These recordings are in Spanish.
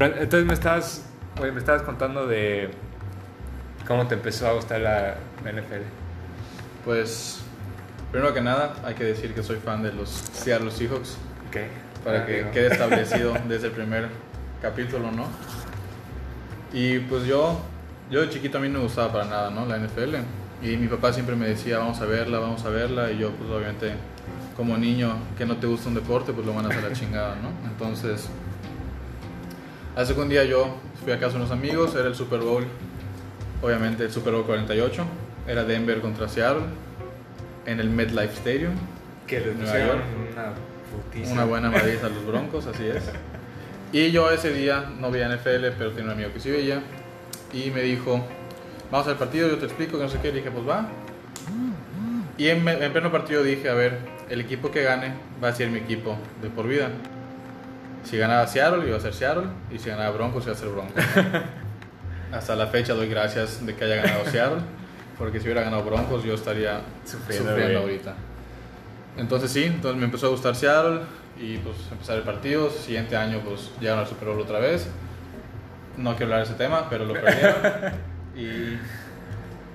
Entonces me estabas, oye, me estabas contando de cómo te empezó a gustar la NFL. Pues, primero que nada, hay que decir que soy fan de los Seattle Seahawks. Ok. Para Ah, que digo. quede establecido desde el primer capítulo, ¿no? Y pues yo, yo de chiquito a mí no me gustaba para nada, ¿no? La NFL. Y mi papá siempre me decía, vamos a verla, vamos a verla. Y yo, pues obviamente, como niño que no te gusta un deporte, pues lo van a hacer la chingada, ¿no? Entonces, hace que un día yo fui a casa de unos amigos, era el Super Bowl, obviamente el Super Bowl 48. Era Denver contra Seattle, en el MetLife Stadium. Que les Nueva pusieron York. una putiza. Una buena madriz a los Broncos, así es. Y yo ese día no veía NFL, pero tenía un amigo que sí veía. Y me dijo, vamos al partido, yo te explico, que no sé qué. Le dije, pues va. Y en, en pleno partido dije, a ver, el equipo que gane va a ser mi equipo de por vida. Si ganaba Seattle, iba a ser Seattle. Y si ganaba Broncos, iba a ser Broncos. Hasta la fecha doy gracias de que haya ganado Seattle. Porque si hubiera ganado Broncos, yo estaría Sufriendo, sufriendo, güey. ahorita. Entonces sí, entonces me empezó a gustar Seattle y pues empezar el partido. Siguiente año pues llegaron al Super Bowl otra vez. No quiero hablar de ese tema, pero lo perdieron. y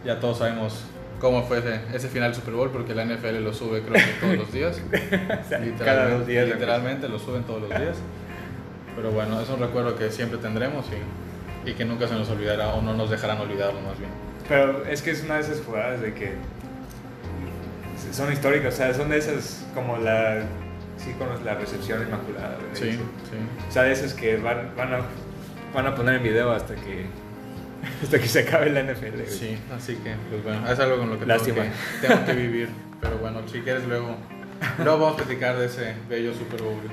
ya todos sabemos cómo fue ese, ese final del Super Bowl porque la NFL lo sube creo que todos los días. Literalmente- cada dos días lo Literalmente lo suben todos los días. Pero bueno, es un recuerdo que siempre tendremos y, y que nunca se nos olvidará o no nos dejarán olvidarlo más bien. Pero es que es una de esas jugadas de que son históricas, o sea, son de esas como la. Sí, conoces la recepción inmaculada. güey. Sí, sí. O sea, de esas que van, van, a, van a poner en video hasta que, hasta que se acabe la NFL. güey. Sí, así que, pues bueno, es algo con lo que, Lástima. Tengo, que tengo que vivir. Pero bueno, si quieres luego, luego vamos a platicar de ese bello Super Bowl. Muy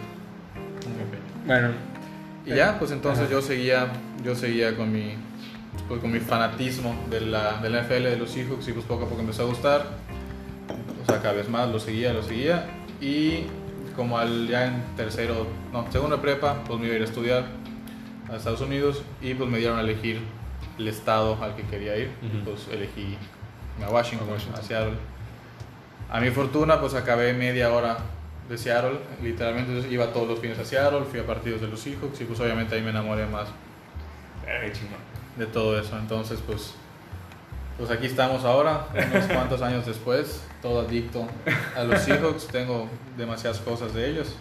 bello. Bueno, Y ya, pues entonces Ajá. yo seguía, yo seguía con mi, pues, con mi fanatismo de la, de la NFL, de los Seahawks, y pues poco a poco empezó a gustar. O sea, cada vez más lo seguía, lo seguía. Y como al, ya en tercero, no, segunda prepa, pues me iba a ir a estudiar a Estados Unidos y pues me dieron a elegir el estado al que quería ir. Y, Ujú. Pues elegí a Washington, A Washington. a Seattle. A mi fortuna, pues acabé media hora de Seattle, literalmente entonces, iba todos los fines a Seattle, fui a partidos de los Seahawks y pues obviamente ahí me enamoré más eh, chingón. de todo eso. Entonces, pues, pues aquí estamos ahora, unos cuantos años después, todo adicto a los Seahawks, tengo demasiadas cosas de ellos.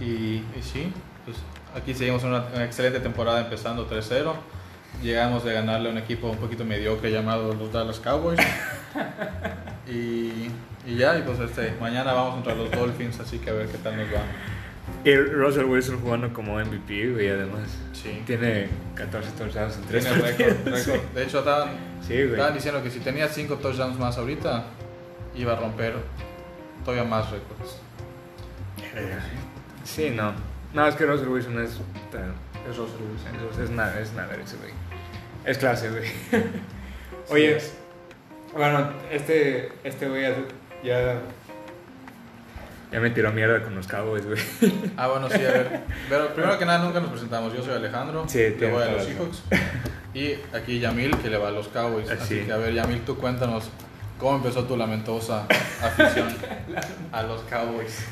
Y, y sí, pues aquí seguimos una, una excelente temporada empezando 3-0. Llegamos de ganarle a un equipo un poquito mediocre llamado los Dallas Cowboys. Y, y ya, y pues este, mañana vamos contra los Dolphins, así que a ver qué tal nos va. Y Russell Wilson jugando como MVP, güey, además. Sí. Tiene 14 touchdowns en 3 Tiene récord, récord. De hecho, estaban Sí, güey. Estaban diciendo que si tenía 5 touchdowns más ahorita, iba a romper todavía más récords. Sí, no. No, es que Russell Wilson es. tan- Es Russell Wilson. Es, es nada, es nada ese güey. Es clase, güey. Oye, Sí. bueno, este, este güey ya- ya. Ya me tiró mierda con los Cowboys, güey. Ah, bueno, sí, a ver. Pero primero que nada, nunca nos presentamos. Yo soy Alejandro, Sí, le tienes voy a toda los la Seahawks. Y aquí Yamil, que le va a los Cowboys. Así. Así que, a ver, Yamil, tú cuéntanos cómo empezó tu lamentosa afición a los Cowboys.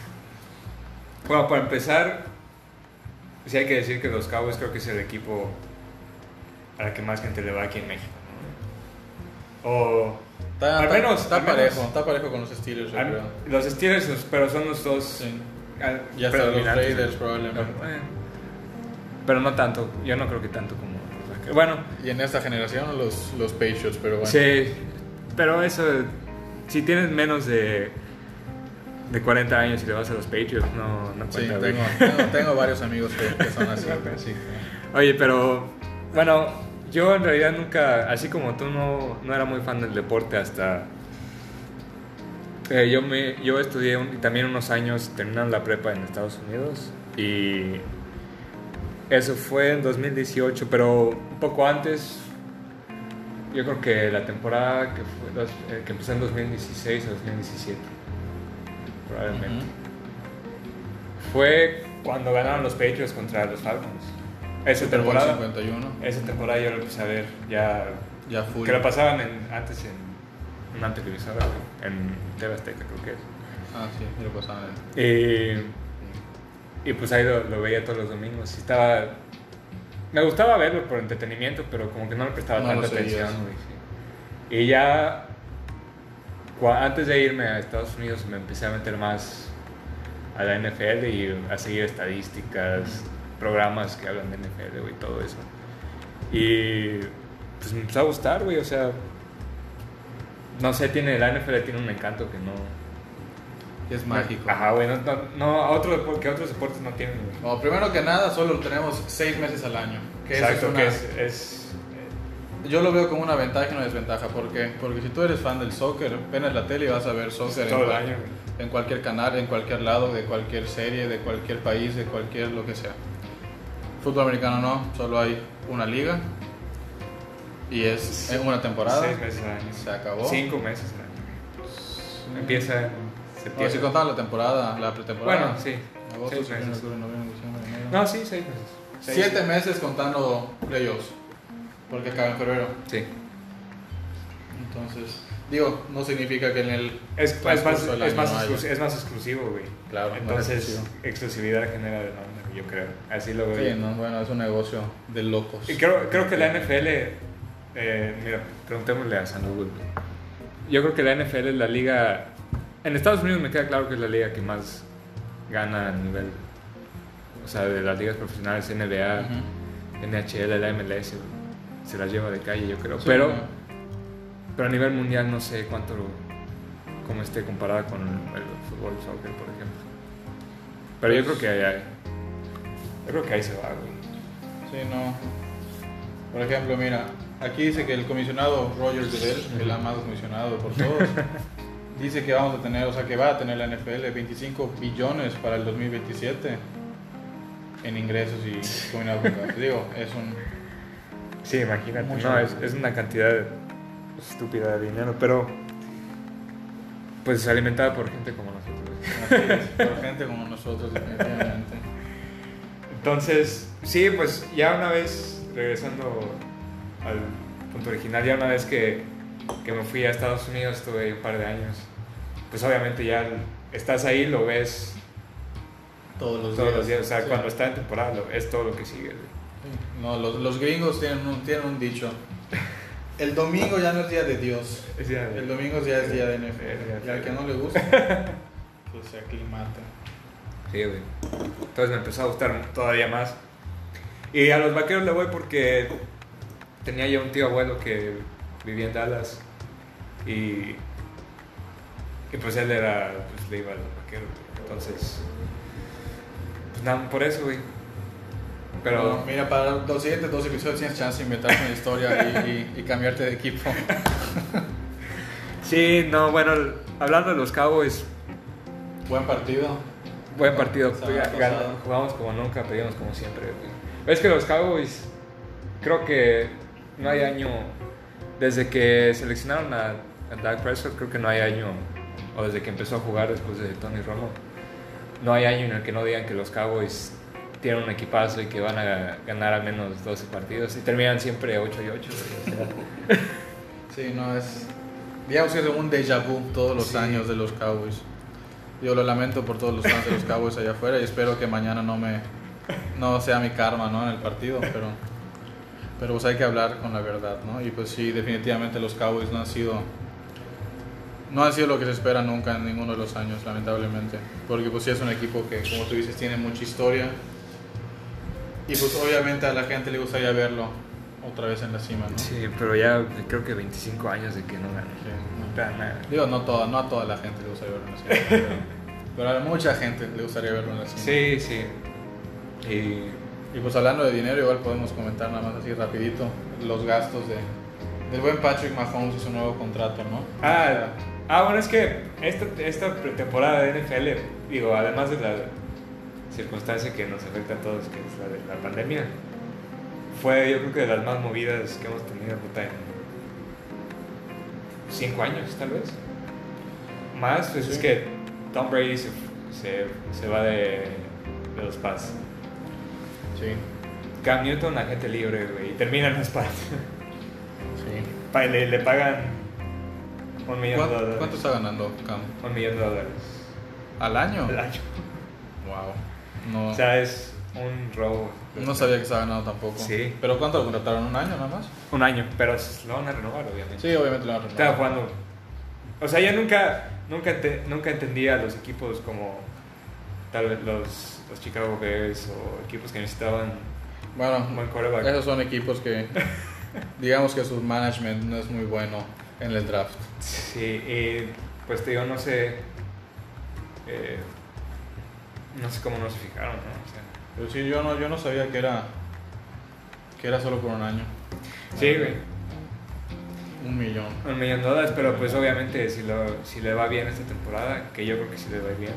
Bueno, para empezar, sí hay que decir que los Cowboys creo que es el equipo a la que más gente le va aquí en México. ¿no? O. Está, Al está- menos, está al menos. parejo, está parejo con los Steelers, yo creo. al- los Steelers, los- pero son los dos. Sí. al- Y hasta los predominantes, Raiders, ¿no? probablemente. Pero, eh, pero no tanto, yo no creo que tanto como. o sea, que- Bueno, Y en esta generación, los, los Patriots, pero bueno. sí, pero eso, si tienes menos de, de 40 años y le vas a los Patriots, no, no Sí, cuenta. güey. tengo, tengo, tengo varios amigos que, que son así. así que- Oye, pero bueno, yo en realidad nunca, así como tú, no, no era muy fan del deporte hasta... eh, yo, me, yo estudié un- también unos años terminando la prepa en Estados Unidos y eso fue en 2018, pero un poco antes, yo creo que la temporada que, fue, dos- eh, que empezó en 2016 a 2017, probablemente, fue cuando ganaron los Patriots contra los Falcons. Esa Super Bowl temporada, 51, esa temporada yo lo empecé a ver ya. ya full. Que lo pasaban en- antes en una televisora, güey, en TV Azteca, creo que es. Ah, sí, ya lo pasaban. Eh, pues Y, y pues ahí lo, lo veía todos los domingos. Y estaba Me gustaba verlo por entretenimiento, pero como que no le prestaba No tanta lo seguías. atención. güey, sí. Y ya, cua- antes de irme a Estados Unidos, me empecé a meter más a la NFL y a seguir estadísticas, programas que hablan de NFL güey, y todo eso. Y pues me empezó a gustar, güey, o sea, no sé, tiene, la NFL tiene un encanto que no... Es mágico. Ah, Ajá, güey, no, no, no, otro, depor- que otros deportes no tienen, güey. No, primero que nada, solo lo tenemos seis meses al año. Que eso Exacto, es una- que es, es- Yo lo veo como una ventaja y una desventaja. ¿Por qué? Porque si tú eres fan del soccer, ven en la tele y vas a ver soccer todo en, el cual- año, güey. en cualquier canal, en cualquier lado, de cualquier serie, de cualquier país, de cualquier lo que sea. Fútbol americano no, solo hay una liga y es en una temporada. Seis meses al año. Se acabó. Pues, Cinco meses al año. Empieza en No, si septiembre. contaba la temporada, la pretemporada. bueno, sí. Agosto, seis septiembre, meses. octubre, noviembre, diciembre, enero. No, sí, seis meses. Seis. Siete meses contando playoffs, porque acaba en febrero. Sí. Entonces, digo, no significa que en el. Es, es transcurso más, Pues, del es, año más no haya. exclusi- es más exclusivo, güey. Claro, más Entonces, exclusivo. exclusividad genera demanda, yo creo. Así lo veo. yo. Sí, no, bueno, es un negocio de locos. Y creo, creo que la NFL, eh, mira, preguntémosle a San Google. Yo creo que la NFL es la liga, en Estados Unidos me queda claro que es la liga que más gana a nivel, o sea, de las ligas profesionales, NBA, Ujú. NHL, la MLS, se las lleva de calle, yo creo. Sí, pero, ¿no? pero a nivel mundial no sé cuánto, cómo esté comparada con el fútbol, soccer, por ejemplo. Pero yo creo que ahí, yo creo que ahí se va, güey. Sí, no. Por ejemplo, mira, aquí dice que el comisionado Roger Goodell, el amado comisionado por todos, dice que vamos a tener, o sea, que va a tener la NFL 25 billones para el 2027 en ingresos y combinado con gastos. Digo, es un. Sí, imagínate. Mucho. No, es, es una cantidad estúpida de dinero, pero pues alimentada por gente como nosotros. Así es, por gente como nosotros, definitivamente. Entonces, sí, pues ya una vez, regresando al punto original, ya una vez que, que me fui a Estados Unidos, estuve ahí un par de años, pues obviamente ya estás ahí, lo ves Todos los todos días. los días, o sea, Sí. cuando está en temporada lo- es todo lo que sigue. güey. No, los, los gringos tienen un, tienen un dicho. El domingo ya no es día de Dios. Es ya- El domingo ya es día de NFL. Y al que no le gusta, que se aclimate. Sí, güey. Entonces me empezó a gustar todavía más. Y a los vaqueros le voy porque tenía ya un tío abuelo que vivía en Dallas. Y, y pues él era, pues le iba a los vaqueros. güey. Entonces, pues nada, por eso, güey. Pero Bueno, mira, para los siguientes dos episodios tienes chance de inventar una historia y, y- y cambiarte de equipo. sí, no, bueno, hablando de los Cowboys, Buen partido. buen partido. Sábado Gan- pasado. Jugamos como nunca, perdimos como siempre. güey. Es que los Cowboys, creo que no hay año, desde que seleccionaron a, a Dak Prescott, creo que no hay año, o desde que empezó a jugar después de Tony Romo, no hay año en el que no digan que los Cowboys tienen un equipazo y que van a ganar al menos 12 partidos y terminan siempre 8 y 8. güey, o sea. Sí, no es. Digamos que es un déjà vu todos los Sí. años de los Cowboys. Yo lo lamento por todos los fans de los Cowboys allá afuera y espero que mañana no me no sea mi karma, ¿no? En el partido, pero pero pues hay que hablar con la verdad, ¿no? Y pues sí, definitivamente los Cowboys no han sido no han sido lo que se espera nunca en ninguno de los años, lamentablemente, porque pues sí es un equipo que como tú dices tiene mucha historia y pues obviamente a la gente le gustaría verlo otra vez en la cima, ¿no? Sí, pero ya creo que 25 años de que no ganan. Sí, no. No ganan nada. Digo, no, toda, no a toda la gente le gustaría verlo en la cima, pero, pero a mucha gente le gustaría verlo en la cima. Sí, sí. Y Y pues hablando de dinero, igual podemos comentar nada más así rapidito los gastos de, del buen Patrick Mahomes y su nuevo contrato, ¿no? Ah, ah, bueno, es que esta, esta pretemporada de NFL, digo, además de la circunstancia que nos afecta a todos, que es la de la pandemia, fue yo creo que de las más movidas que hemos tenido puta, en cinco años, tal vez. Más, pues es Sí. que Tom Brady se, se, se va de, de los Pats. Sí, Cam Newton, agente libre, güey, y termina en los Pats. sí. Pa- Le, le pagan un millón de ¿Cuánto, dólares. cuánto está ganando Cam? Un millón de dólares ¿Al año? al año. Wow. No, O sea, es, un robo. No sabía que estaba ganado tampoco. Sí. ¿Pero cuánto lo contrataron? ¿Un año nada más? Un año, pero lo van a renovar, obviamente. Sí, obviamente lo van a Estaba renovar. jugando. O sea, yo nunca, nunca, ente- nunca entendía los equipos como tal vez los, los Chicago Bears o equipos que necesitaban un buen Bueno, quarterback. esos son equipos que digamos que su management no es muy bueno en el draft. Sí, y pues te digo, no sé. eh, no sé cómo no se fijaron, ¿no? O sea, Pero sí, yo no, yo no sabía que era que era solo por un año. sí, güey. Un millón. Un millón de dólares, pero pues obviamente si, lo, si le va bien esta temporada, que yo creo que sí le va a ir bien,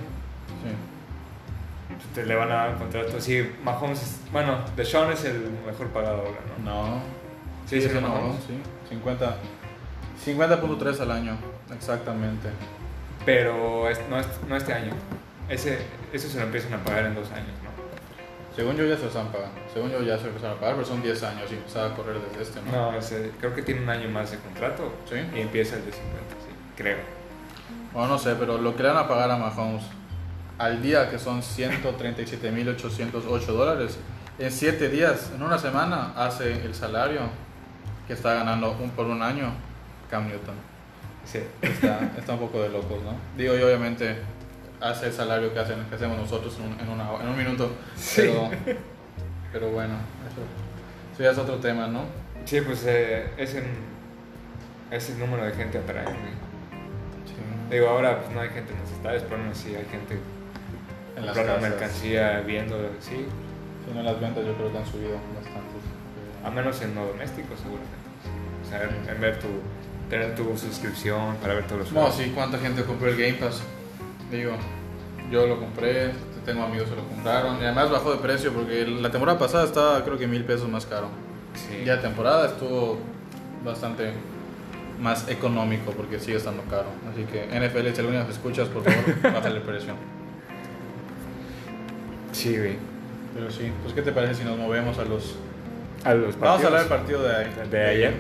Sí. pues, te le van a dar un contrato. Sí, Mahomes, es- bueno, Deshaun es el mejor pagado ahora, ¿no? No. Sí, sí, ese no. no, sí. 50 50.3 al año, exactamente. Pero es- no, es- no este año. Ese, eso se lo empiezan a pagar en dos años, ¿no? Según yo ya se los han pagado. Según yo ya se empezaron a pagar, pero son 10 años y empezaba a correr desde este, ¿no? No, ese- creo que tiene un año más de contrato Sí. y empieza el de 50, sí, creo. Bueno, no sé, pero lo que le van a pagar a Mahomes al día, que son 137.808 dólares, en 7 días, en una semana, hace el salario que está ganando un por un año Cam Newton. Sí. Está, está un poco de locos, ¿no? Digo, y obviamente hace el salario que, hacen, que hacemos nosotros en un, en una- en un minuto. Sí. Pero, pero bueno, eso, eso ya es otro tema, ¿no? Sí, pues eh, ese, ese número de gente atrae. güey. Sí. Digo, ahora pues, no hay gente en los estadios, pero aún así hay gente En las comprando casas. mercancía, viendo, sí. Sí, no, las ventas yo creo que han subido bastante. A menos en lo doméstico, seguramente. O sea, en, en ver tu, tener tu suscripción para ver todos los No, juegos. sí, ¿cuánta gente compró el Game Pass? Digo, yo lo compré, tengo amigos que lo compraron. Y además bajó de precio porque la temporada pasada estaba creo que mil pesos más caro. Sí. Ya temporada estuvo bastante más económico porque sigue estando caro. Así que NFL, si alguna vez escuchas, por favor, bájale el precio. Sí, güey. Pero sí, pues ¿qué te parece si nos movemos a los... A los Vamos a hablar del partidos. partido de, ahí. de ayer.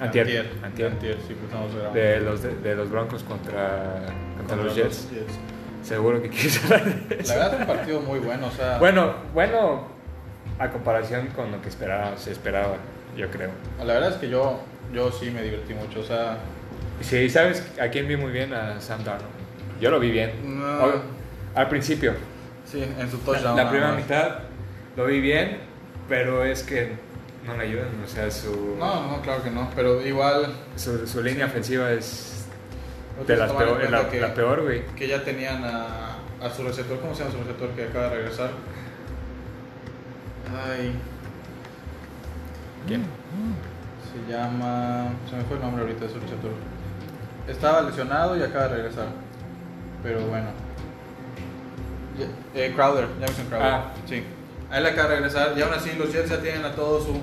Antier. Antier. Antier. Antier, sí, pues estamos grabando. De los, de, de los Broncos contra, contra los Jets. Jets. Seguro que quieres hablar de eso. La verdad fue un partido muy bueno, o sea... Bueno, bueno, a comparación con lo que esperaba, se esperaba, yo creo. La verdad es que yo, yo sí me divertí mucho, o sea, Sí, ¿sabes a quién vi muy bien? A Sam Darnold. Yo lo vi bien. No. O- al principio. sí, en su La, touchdown. la nada primera más. mitad lo vi bien, pero es que no le ayudan. O sea, su, No, no, claro que no, pero igual. su, su línea ofensiva es de ustedes las toman en peor, cuenta la- que, la peor, güey. que ya tenían a, a su receptor, ¿cómo se llama su receptor que acaba de regresar? Ay, ¿Quién? se llama. Se me fue el nombre ahorita de su receptor. Estaba lesionado y acaba de regresar, pero bueno. Ya- eh, Crowder, Jameson Crowder. Ah. Sí. A él acaba de regresar y aún así los Jets ya tienen a todo su,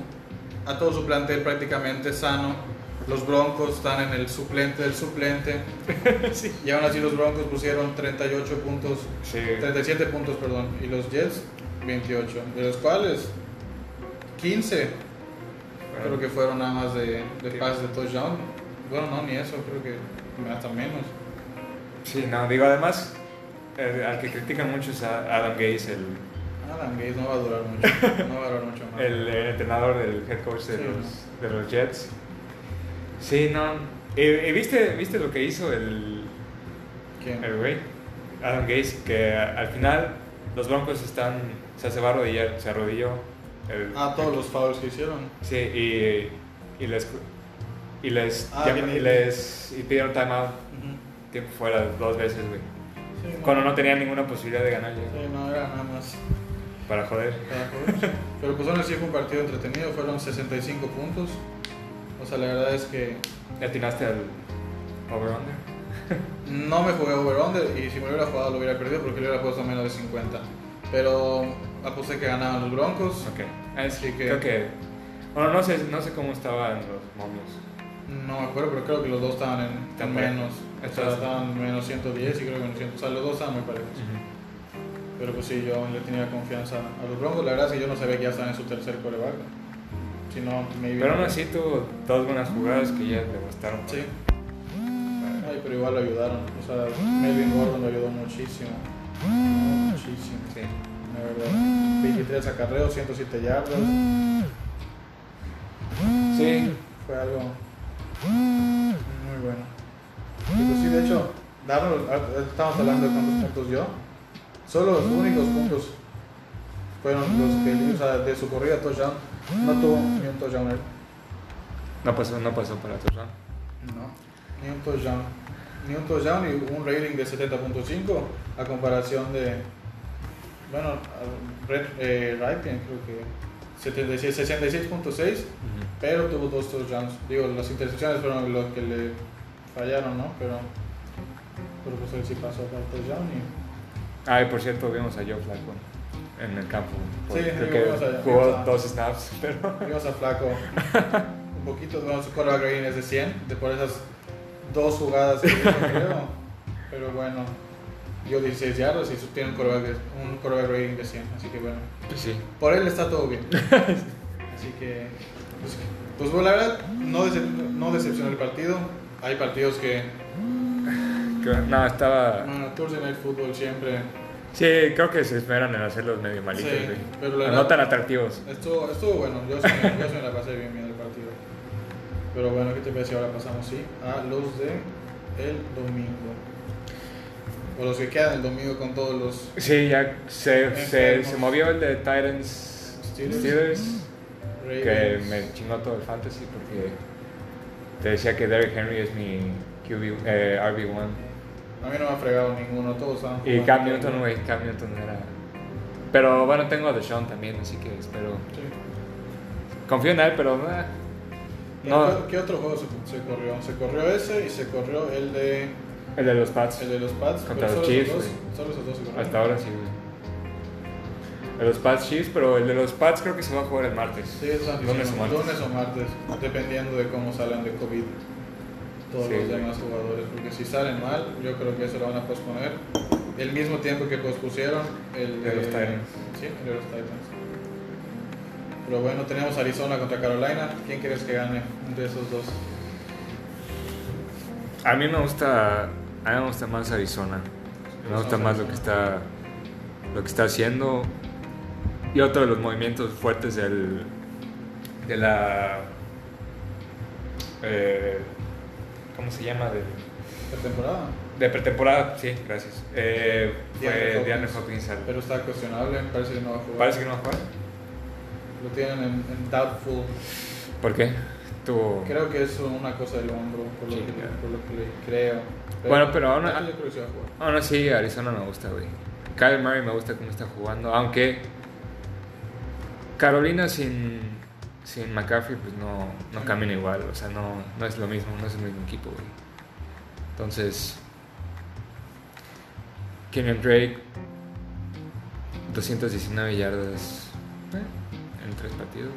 a todo su plantel prácticamente sano. Los Broncos están en el suplente del suplente. Y aún así los Broncos pusieron 38 puntos, Sí. 37 puntos, perdón. Y los Jets 28, de los cuales 15 creo que fueron nada más de, de pases de touchdown. Bueno, no, ni eso, creo que hasta menos. Sí, no, digo, además, eh, al que critican mucho es a Adam Gaze, el, Adam Gates no va a durar mucho, no va a durar mucho más. el, eh, entrenador del head coach de, Sí. los, de los Jets. Sí, no. eh, eh, ¿viste, ¿Viste lo que hizo el, ¿Quién? el güey? Adam Gaze, que a- al final los Broncos están. O sea, se va a arrodillar, se arrodilló. el- Ah, todos los fouls que hicieron. Sí, y, y les. Y les, Ah, llaman- bien, y bien. les y pidieron timeout tiempo fuera dos veces, güey. Sí, no. Cuando no tenían ninguna posibilidad de ganar, ya, Sí, no, era nada más. para joder. para jugar. Pero pues aún así fue un partido entretenido, fueron 65 puntos. O sea, la verdad es que ¿Le atinaste al over-under? No me jugué over-under y si me lo hubiera jugado lo hubiera perdido porque le hubiera puesto menos de 50. Pero aposté que ganaban los Broncos. Ok. Así Así que... que- Creo que... Bueno, no sé, no sé cómo estaban los momios. No me acuerdo, pero creo que los dos estaban en- en, Están parejos. menos. O sea, Estás- estaban menos 110 y creo que menos 100. O sea, los dos estaban muy parejos. Pero pues sí, yo le tenía confianza a los Broncos. La verdad es que yo no sabía que ya estaban en su tercer coreback. Si no, me Pero aún así tuvo dos buenas jugadas que ya le bastaron. Sí. para- Ay, pero igual lo ayudaron. O sea, Melvin Gordon lo ayudó muchísimo. Muchísimo. Sí. La verdad. Big 23 acarreos, 107 yardas. Sí. Fue algo muy bueno. Y pues sí, de hecho, Darnold, ah, estamos hablando de cuántos puntos dio. Solo los únicos puntos fueron los que, o sea, de su corrida touchdown, no tuvo ni un touchdown él. No pasó, no pasó para Torreón. No, ni un touchdown. Ni un touchdown y un rating de 70.5 a comparación de. Bueno, a Red eh, Ripien, creo que 76 66.6, pero tuvo dos touchdowns. Digo, las intercepciones fueron lo que le fallaron, ¿no? Pero. Pero pues él sí pasó para el touchdown y. Ah, y por cierto, vimos a Joe Flacco en el campo. Sí, creo sí, que vimos a- jugó vimos a- dos snaps, pero. Vimos a Flaco un poquito, bueno, su quarterback rating es de 100, de por esas dos jugadas que hizo, creo. Pero bueno, yo 16 yardas y su- tiene un quarterback, de- un quarterback rating de 100, así que bueno. Sí. Por él está todo bien. Así que, pues, pues, bueno, la verdad, no, decep no decepcionó el partido. Hay partidos que, No, estaba. bueno, Thursday Night Football siempre Sí, creo que se esperan en hacerlos medio malitos. Sí, güey. pero la no verdad- tan atractivos. estuvo, estuvo bueno. Yo sí, me- yo sí me la pasé bien viendo el partido. Pero bueno, ¿qué te parece si ahora pasamos, sí, a los de el domingo? O los que quedan el domingo con todos los Sí, ya se, se, Enfermos. se movió el de Titans Steelers. Steelers, que Ravens. me chingó todo el fantasy porque te decía que Derrick Henry es mi QB, eh, RB1. A mí no me ha fregado ninguno, todos estaban Y Cam jugando. Newton, güey, Cam Newton era... Pero bueno, tengo a Deshaun también, así que espero... Sí. Confío en él, pero... eh, Pero, no, ¿Qué otro juego se, se corrió? Se corrió ese y se corrió el de, el de los Pats. el de los Pats. Contra pero los solo Chiefs, esos dos- Solo esos dos se corrieron. Hasta ahora sí, güey. El de los Pats Chiefs, pero el de los Pats creo que se va a jugar el martes. Sí, eso están Lunes o diciendo, martes. lunes o martes, dependiendo de cómo salgan de COVID todos Sí, los güey. demás jugadores. Porque si salen mal, yo creo que eso lo van a posponer. El mismo tiempo que pospusieron el De los Titans. Sí, el de los Titans. Pero bueno, tenemos Arizona contra Carolina. ¿Quién crees que gane de esos dos? A mí me gusta, a mí me gusta más Arizona. Me gusta más lo que está, lo que está haciendo. Y otro de los movimientos fuertes del, de la, eh, ¿cómo se llama? De, La temporada. de pretemporada, sí, gracias. Eh, fue DeAndre DeAndre Hopkins. Hopkins. al- Pero está cuestionable, parece que no va a jugar. Parece que no va a jugar. Lo tienen en, en doubtful. ¿Por qué? Tuvo. Creo que es una cosa del hombro, por lo, Sí, que, claro. por lo que le creo. Bueno, pero aún- Yo creo que sí va a jugar. Aún así, Arizona me gusta, güey. Kyle Murray me gusta cómo está jugando, aunque Carolina sin, sin McCaffrey pues no, no camina igual, o sea, no, no es lo mismo, no es el mismo equipo, güey. Entonces, Kenyon Drake, 219 yardas eh, en tres partidos.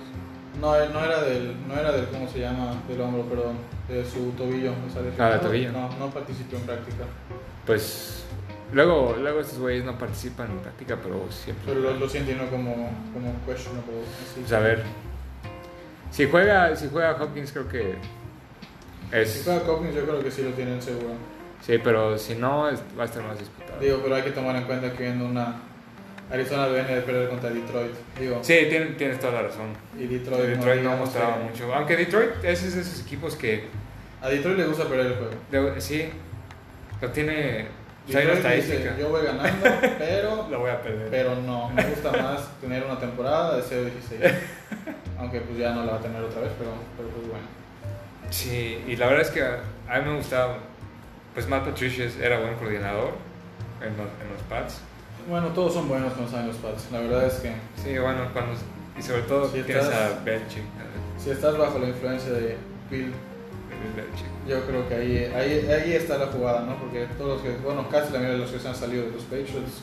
No, él no era del, no era del, ¿cómo se llama? Del hombro, perdón, de su tobillo. O sea, Ah, del tobillo. No, no participó en práctica. Pues luego, luego estos güeyes no participan en práctica, pero siempre... Pero lo, lo siento y no como, como questionable. Así. Pues a ver. Si juega, si juega Hopkins creo que Si es. juega Cockins, yo creo que sí lo tienen seguro. Sí, pero si no es- va a estar más disputado. Digo, pero hay que tomar en cuenta que viendo una. Arizona viene de perder contra Detroit. Digo, Sí, tien- tienes toda la razón. y Detroit, Detroit, no ha digamos mostrado que- mucho. Aunque Detroit es, es de esos equipos que A Detroit le gusta perder el juego. de- sí lo tiene. o sea, Pues hay una Detroit dice, estadística. yo voy ganando, pero Lo voy a perder. Pero no, me gusta más tener una temporada de 0-16. Aunque pues ya no la va a tener otra vez, pero, pero pues bueno. Sí, y la verdad es que a a mí me gustaba. Pues Matt Patricia era buen coordinador en los, en los pads. Bueno, todos son buenos con los años Pats. La verdad es que Sí, bueno, cuando. Y sobre todo Sí, tienes estás- a Belichick. a- si estás bajo la influencia de Bill, a Belichick. yo creo que ahí, ahí, ahí está la jugada, ¿no? Porque todos los que, bueno, casi la mayoría de los que se han salido de los Patriots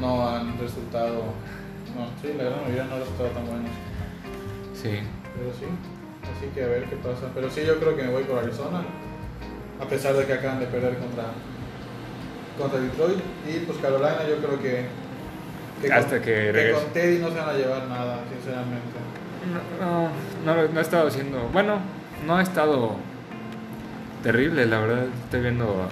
no han resultado, no, sí, la gran mayoría no han resultado tan buenos. Sí. Pero sí, así que a ver qué pasa. Pero sí, yo creo que me voy por Arizona, a pesar de que acaban de perder contra, contra Detroit. Y pues Carolina, yo creo que. Hasta que regrese. con Teddy no se van a llevar nada, sinceramente. No, no, no, no he estado haciendo. Bueno, no ha estado terrible, la verdad. Estoy viendo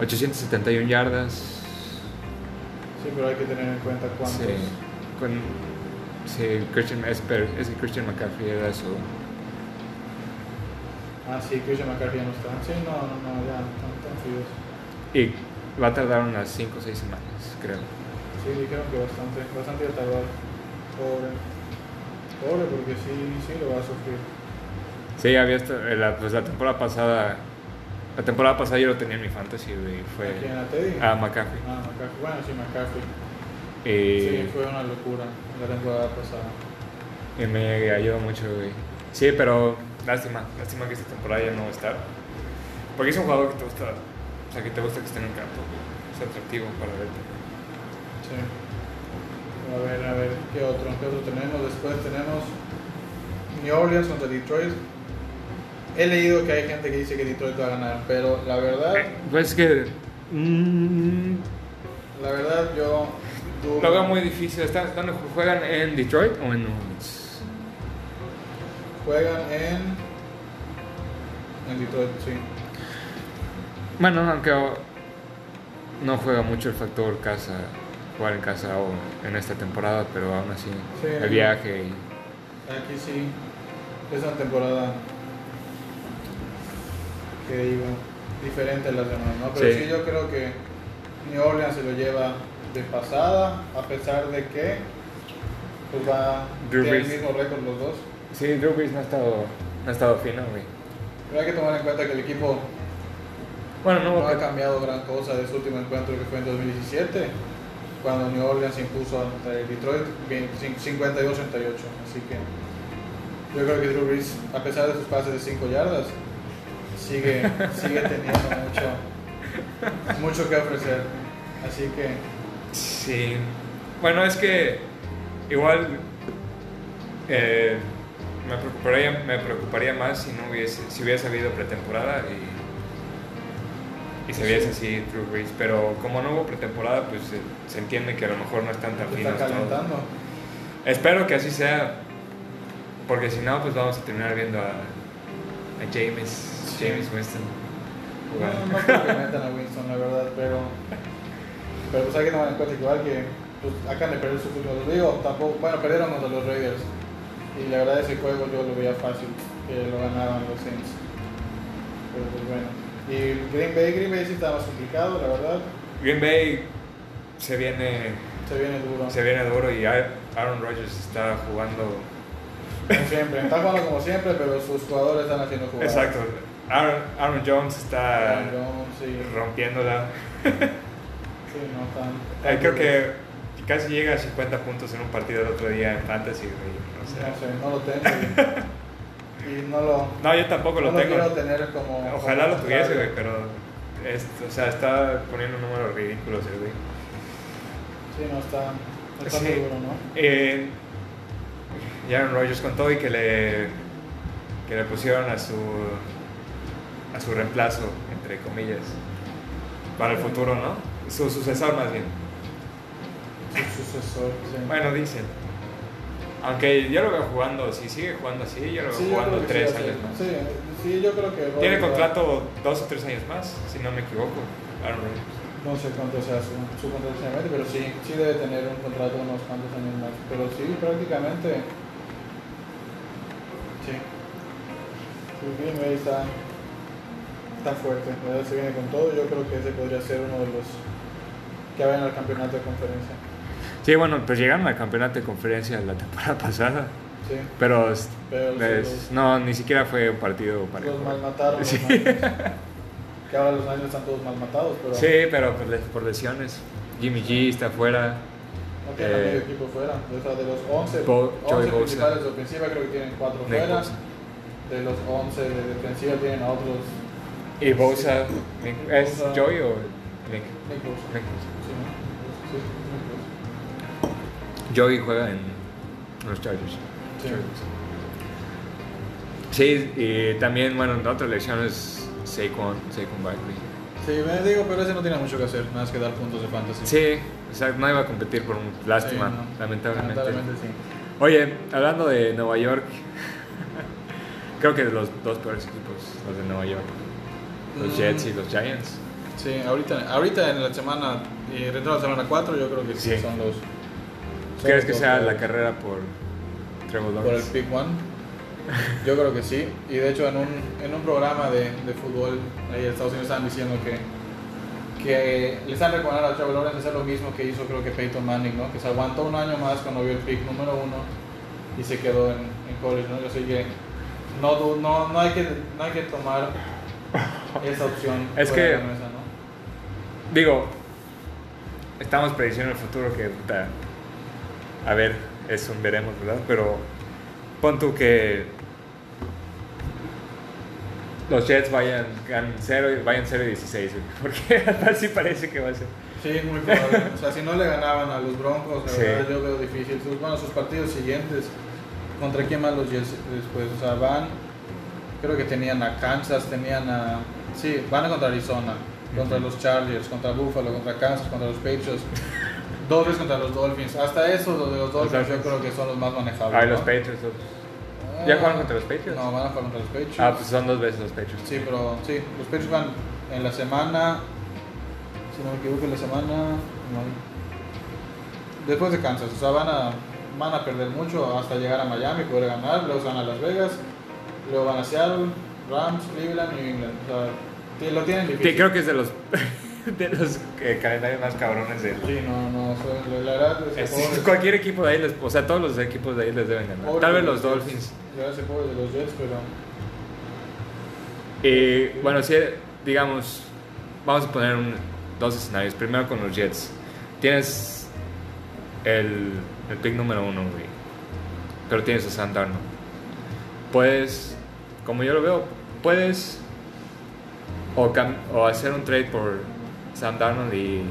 871 yardas. Sí, pero hay que tener en cuenta cuántos. Sí. con sí, Christian, Esper, ese Christian McCaffrey era eso. Ah, sí, Christian McCarthy ya no está. Sí, no, no, no, ya, están, están fríos. Y va a tardar unas 5 o 6 semanas, creo. Sí, dijeron que bastante, bastante ya tardar. Pobre. Pobre, porque sí, sí lo va a sufrir. Sí, había esta- eh, la, pues la temporada pasada. La temporada pasada yo lo tenía en mi fantasy, güey, y fue. ¿A quién? ¿A Teddy? A McCaffrey. Ah, McCaffrey. Bueno, sí, McCaffrey. Y, Sí, fue una locura la temporada pasada. y me ayudó mucho, güey. Sí, pero lástima, lástima que esta temporada ya no va a estar. Porque es un jugador que te gusta, o sea, que te gusta que esté en el campo, güey. Es atractivo para verte. Sí. A ver, a ver, ¿qué otro? ¿Qué otro tenemos? Después tenemos New Orleans contra Detroit. He leído que hay gente que dice que Detroit va a ganar, pero la verdad, Eh, Pues que. mm, la verdad yo dudo. lo veo muy difícil. ¿Están, están- ¿Juegan en Detroit o en New Orleans? Juegan en. En Detroit, sí. Bueno, aunque o- no juega mucho el factor casa, jugar en casa o en esta temporada, pero aún así, Sí. el viaje. y- Aquí sí. Es una temporada. Que digo, diferente a las demás, ¿no? Pero Sí. sí yo creo que New Orleans se lo lleva de pasada, a pesar de que. Pues va. Drew Tiene el Brees. mismo récord los dos. Sí, Drew Brees no ha estado, no ha estado fino, güey. Pero hay que tomar en cuenta que el equipo Bueno, no, no ha pero- cambiado gran cosa de su último encuentro que fue en 2017, cuando New Orleans se impuso ante Detroit 52-38. Así que yo creo que Drew Brees, a pesar de sus pases de 5 yardas, sigue, sigue teniendo mucho, mucho que ofrecer. Así que Sí. Bueno, es que igual eh, me, preocuparía, me preocuparía más si no hubiese, si hubiese habido pretemporada y, y se viese así Drew Brees. Pero como no hubo pretemporada, pues eh, se entiende que a lo mejor no están tan se está finos todos. calentando. Espero que así sea, porque si no, pues vamos a terminar viendo a, a James, James Winston. jugar. No, no creo que metan a Winston, la verdad, pero, pero pues hay que tomar en cuenta igual que pues, acaban de perder su últimos dos digo, tampoco, bueno, perdieron contra los Raiders y la verdad ese juego yo lo veía fácil, que lo ganaban los Saints, pero pues bueno. Y Green Bay, Green Bay sí está más complicado, la verdad, Green Bay se viene se viene duro, Se viene duro y Ar- Aaron Rodgers está jugando. como siempre, está jugando como siempre, pero sus jugadores están haciendo jugar. Exacto. Aaron, Aaron Jones está sí, rompiéndola. sí, no están. Eh, creo que casi llega a 50 puntos en un partido el otro día en Fantasy. güey, o No sea. sé, no lo tengo y, y no lo... No, yo tampoco lo Ah. no tengo. quiero Ah, tener como. Ojalá como lo tuviese, contrario. güey, pero. es- o sea, está poniendo números ridículos, el güey. Sí, no está. No está Sí. muy duro, ¿no? Eh, y Aaron Rodgers con todo y que le, que le pusieron a su, a su reemplazo, entre comillas, para el futuro, ¿no? Su sucesor más bien. Su sucesor. Sí. Bueno, dicen. Aunque yo lo veo jugando, si sigue jugando así, yo lo veo Sí, yo jugando creo que tres sí, años sí. más. Sí, sí, yo creo que. va a Tiene durar. contrato dos o tres años más, si no me equivoco, Aaron Rodgers. No sé cuánto sea su, su contrato exactamente, pero sí, sí debe tener un contrato de unos cuantos años más. Pero sí, prácticamente. Sí. Sí, Green Bay está. Está fuerte, la verdad se viene con todo. Yo creo que ese podría ser uno de los que vayan al campeonato de conferencia. Sí, bueno, pues llegaron al campeonato de conferencia la temporada pasada, Sí. pero, Pero pues, sí, los- no, ni siquiera fue un partido parejo. Los malmataron. Sí. Los Niners. que ahora los Niners están todos malmatados, pero Sí, pero por, les- por lesiones. Jimmy G está afuera. no tienen a Eh, medio equipo fuera. O sea, de los 11, Bo- 11 Joey Bosa. principales de ofensiva creo que tienen 4 Nick fuera. Bosa. De los 11 de defensiva tienen a otros Y Bosa. Nick- ¿Es Bosa. Joey o Nick? Nick Bosa. Nick. Sí, ¿no? Sí, Nick Joey juega en los Chargers. Sí. Chargers. Sí, y también, bueno, la otra lesión es Saquon, Saquon Barkley. Bosa. Sí, me digo, pero ese no tiene mucho que hacer, nada más que dar puntos de fantasy. Sí, o sea, no iba a competir por un... Lástima, Sí, no. lamentablemente. Lamentablemente sí. Oye, hablando de Nueva York, creo que de los dos peores equipos, los de Nueva York. Los Mm. Jets y los Giants. Sí, ahorita, ahorita en la semana, eh, dentro de la semana 4 yo creo que sí, Sí. son los ¿Crees que Solo sea por- la carrera por Trevor por el Lawrence? pick one. Yo creo que sí. Y de hecho en un, en un programa de, de fútbol ahí en Estados Unidos estaban diciendo que, que le están recomendando a Trevor Lawrence hacer lo mismo que hizo creo que Peyton Manning, ¿no? Que se aguantó un año más cuando vio el pick número uno y se quedó en, en college, ¿no? Yo sé que no, du- no, no, hay que no hay que tomar esa opción Es fuera de que- la mesa, ¿no? Digo, estamos prediciendo el futuro que, puta, a ver, eso veremos, ¿verdad? Pero pon tú que los Jets vayan, ganen cero y- vayan 0 y 16, güey, porque así parece que va a ser. Sí, muy probable. O sea, si no le ganaban a los Broncos, la Sí. verdad yo veo difícil. Sus- Bueno, sus partidos siguientes, ¿contra quién más los Jets después? O sea, van, creo que tenían a Kansas, tenían a... Sí, van a contra Arizona, contra Ujú. los Chargers, contra Buffalo, contra Kansas, contra los Patriots, dos veces contra los Dolphins. Hasta eso, los de los Dolphins yo Dolphins. creo que son los más manejables. Ah, y los ¿no? Patriots. los- Ah, ¿Ya jugaron contra los Patriots? No, van a jugar contra los Patriots. Ah, pues son dos veces los Patriots. Sí, pero sí, los Patriots van en la semana, si no me equivoco, en la semana, no, después de Kansas, o sea, van a, van a perder mucho hasta llegar a Miami, poder ganar, luego se van a Las Vegas, luego van a Seattle, Rams, Cleveland y New England, o sea, ti- lo tienen difícil. Sí, creo que es de los, de los eh, calendarios más cabrones del, Sí, no, no, o sea, la verdad, ese Es- juego es- cualquier equipo de ahí, les- o sea, todos los equipos de ahí les deben ganar. pobre Tal vez de los Jets, Dolphins. La verdad, ese juego es de los Jets, pero Y Eh, bueno, si digamos, vamos a poner un- dos escenarios. Primero con los Jets. Tienes el, el pick número uno, güey. Pero tienes a Sam Darnold. Puedes, como yo lo veo, puedes o, cam- o hacer un trade por Sam Darnold y,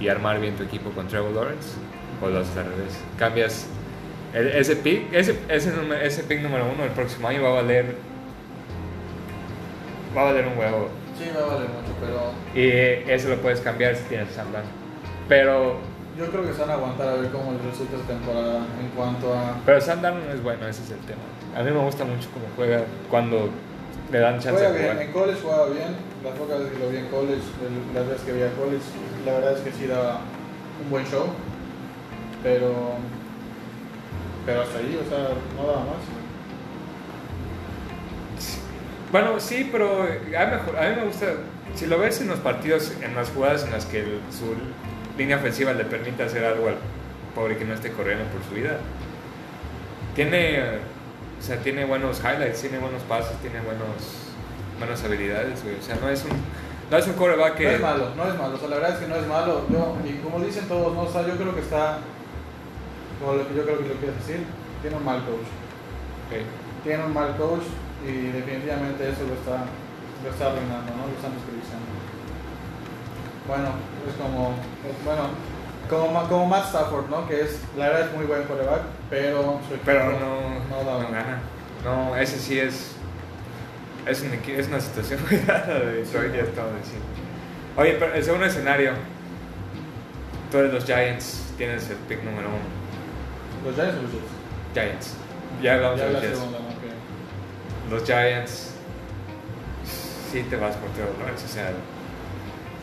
y armar bien tu equipo con Trevor Lawrence. O lo haces al revés. Cambias el- ese pick, ese, ese, nume- ese pick número uno el próximo año va a valer va a valer un huevo. sí me vale mucho, pero Y eso lo puedes cambiar si tienes Sandman. Pero, yo creo que se van a aguantar a ver cómo les resulta esta temporada en cuanto a... pero Sandman no es bueno, ese es el tema. A mí me gusta mucho cómo juega cuando le dan chance Juega de bien, jugar. en college jugaba bien, las pocas veces que lo vi en college, el- las veces que vi a college, la verdad es que sí daba un buen show, pero, pero hasta ahí, o sea, no daba más. eh. Bueno, sí, pero a mí, me- a mí me gusta. Si lo ves en los partidos, en las jugadas en las que el- su línea ofensiva le permite hacer algo al pobre que no esté corriendo por su vida, tiene, eh, o sea, tiene buenos highlights, tiene buenos pasos, tiene buenos, buenas habilidades. güey. O sea, no es un, no es un quarterback que. No es malo, no es malo, o sea, la verdad es que no es malo, yo, y como dicen todos, no, o sea, yo creo que está, como lo que yo creo que lo quieres decir, tiene un mal coach, Ok. tiene un mal coach y definitivamente eso lo está, lo está arruinando, ¿no? Lo están desperdiciando. Bueno, es como, es- bueno, como, Ma- como Matt Stafford, ¿no? Que es, la verdad es muy buen quarterback, pero su equipo Pero no, no da no gana. No, ese sí es. Es, un equi- es una situación muy rara de Detroit, ya estamos diciendo. Oye, pero el segundo escenario. Tú eres los Giants, tienes el pick número uno. Los Giants o los Jets. Giants. Ya hablamos Ya de la los Jets. segunda, ¿no? Que- Los Giants. Sí te vas por Trevor Lawrence, o sea.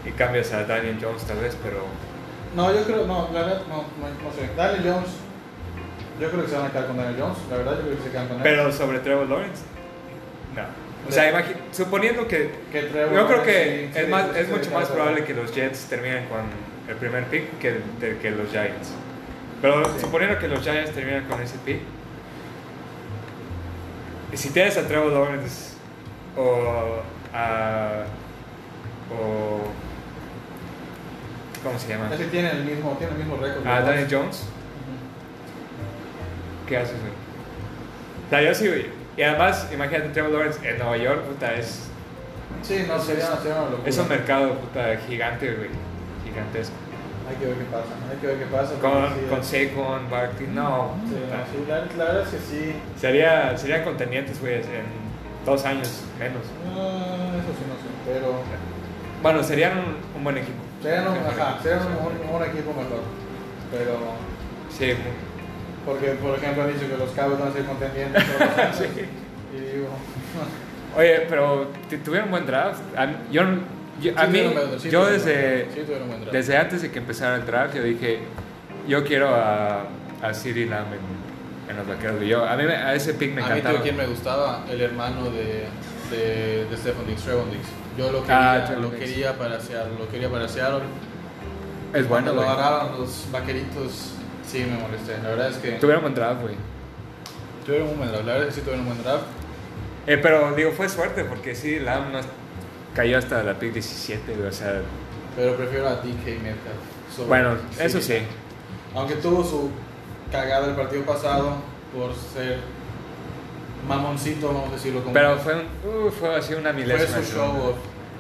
Y cambias a Daniel Jones tal vez, pero. No, yo creo, no, la verdad, no, no, no sé. Daniel Jones, yo creo que se van a quedar con Daniel Jones, la verdad, yo creo que se quedan con él. Pero sobre Trevor Lawrence. No. O sea, imagi- suponiendo que que Trevor Yo creo Lawrence que sí- es, sí, más, sí, es sí, mucho sí, más sí. probable que los Jets terminen con el primer pick que, el- de- que los Giants. Pero Sí. suponiendo que los Giants terminan con ese pick, y si tienes a Trevor Lawrence o a. o. ¿Cómo se llama? Es que tiene el mismo, tiene el mismo récord. A ¿no? Ah, Daniel Jones, Ujú. ¿qué haces, güey? O sea, yo sí, güey. Y además, imagínate Trevor Lawrence en Nueva York, puta, es, Sí, no, sería, sería una locura. es un mercado, puta, gigante, güey. Gigantesco. Hay que ver qué pasa, hay que ver qué pasa. Con, porque sí, con sí, Saquon, Barkley, no. puta. sí, la, la verdad es que sí. Sería, serían contendientes, güey, en dos años menos. Ah, eso sí, no sé, pero Bueno, serían un, un buen equipo. serían un, Serían buen ajá, equipo. serían un, un equipo mejor. Pero, Sí, muy- porque por ejemplo han dicho que los Cowboys van a ser contendientes. todos los años, Sí. Y digo, Oye, pero t- tuvieron buen draft. A, mí- yo, no- yo- a sí mí, tuvieron buen draft, sí yo tuvieron buen desde, draft, sí tuvieron buen draft. desde antes de que empezara el draft, yo dije, yo quiero a a Siri Lamb en, en los vaqueros. Y yo, a mí me- a ese pick me a mí, encantaba. ¿tú quién me gustaba? El hermano de, de, de Stephen Dix, Trevon Dix. Yo lo Ah, quería, Trevon lo Diggs. quería para Seattle, lo quería para Seattle. es bueno, Cuando lo güey. agarraron los vaqueritos, sí me molesté. La verdad es que Tuvieron buen draft, güey. tuvieron un buen draft, la verdad es que sí tuvieron un buen draft. Eh, pero digo, fue suerte porque Siri Lamb no es- cayó hasta la pick 17, güey. O sea, Pero prefiero a DK Metcalf. sobre- bueno, eso sí. Aunque tuvo su cagada el partido pasado por ser mamoncito, vamos a decirlo como Pero fue, un, uh, fue así una fue milésima. su show off.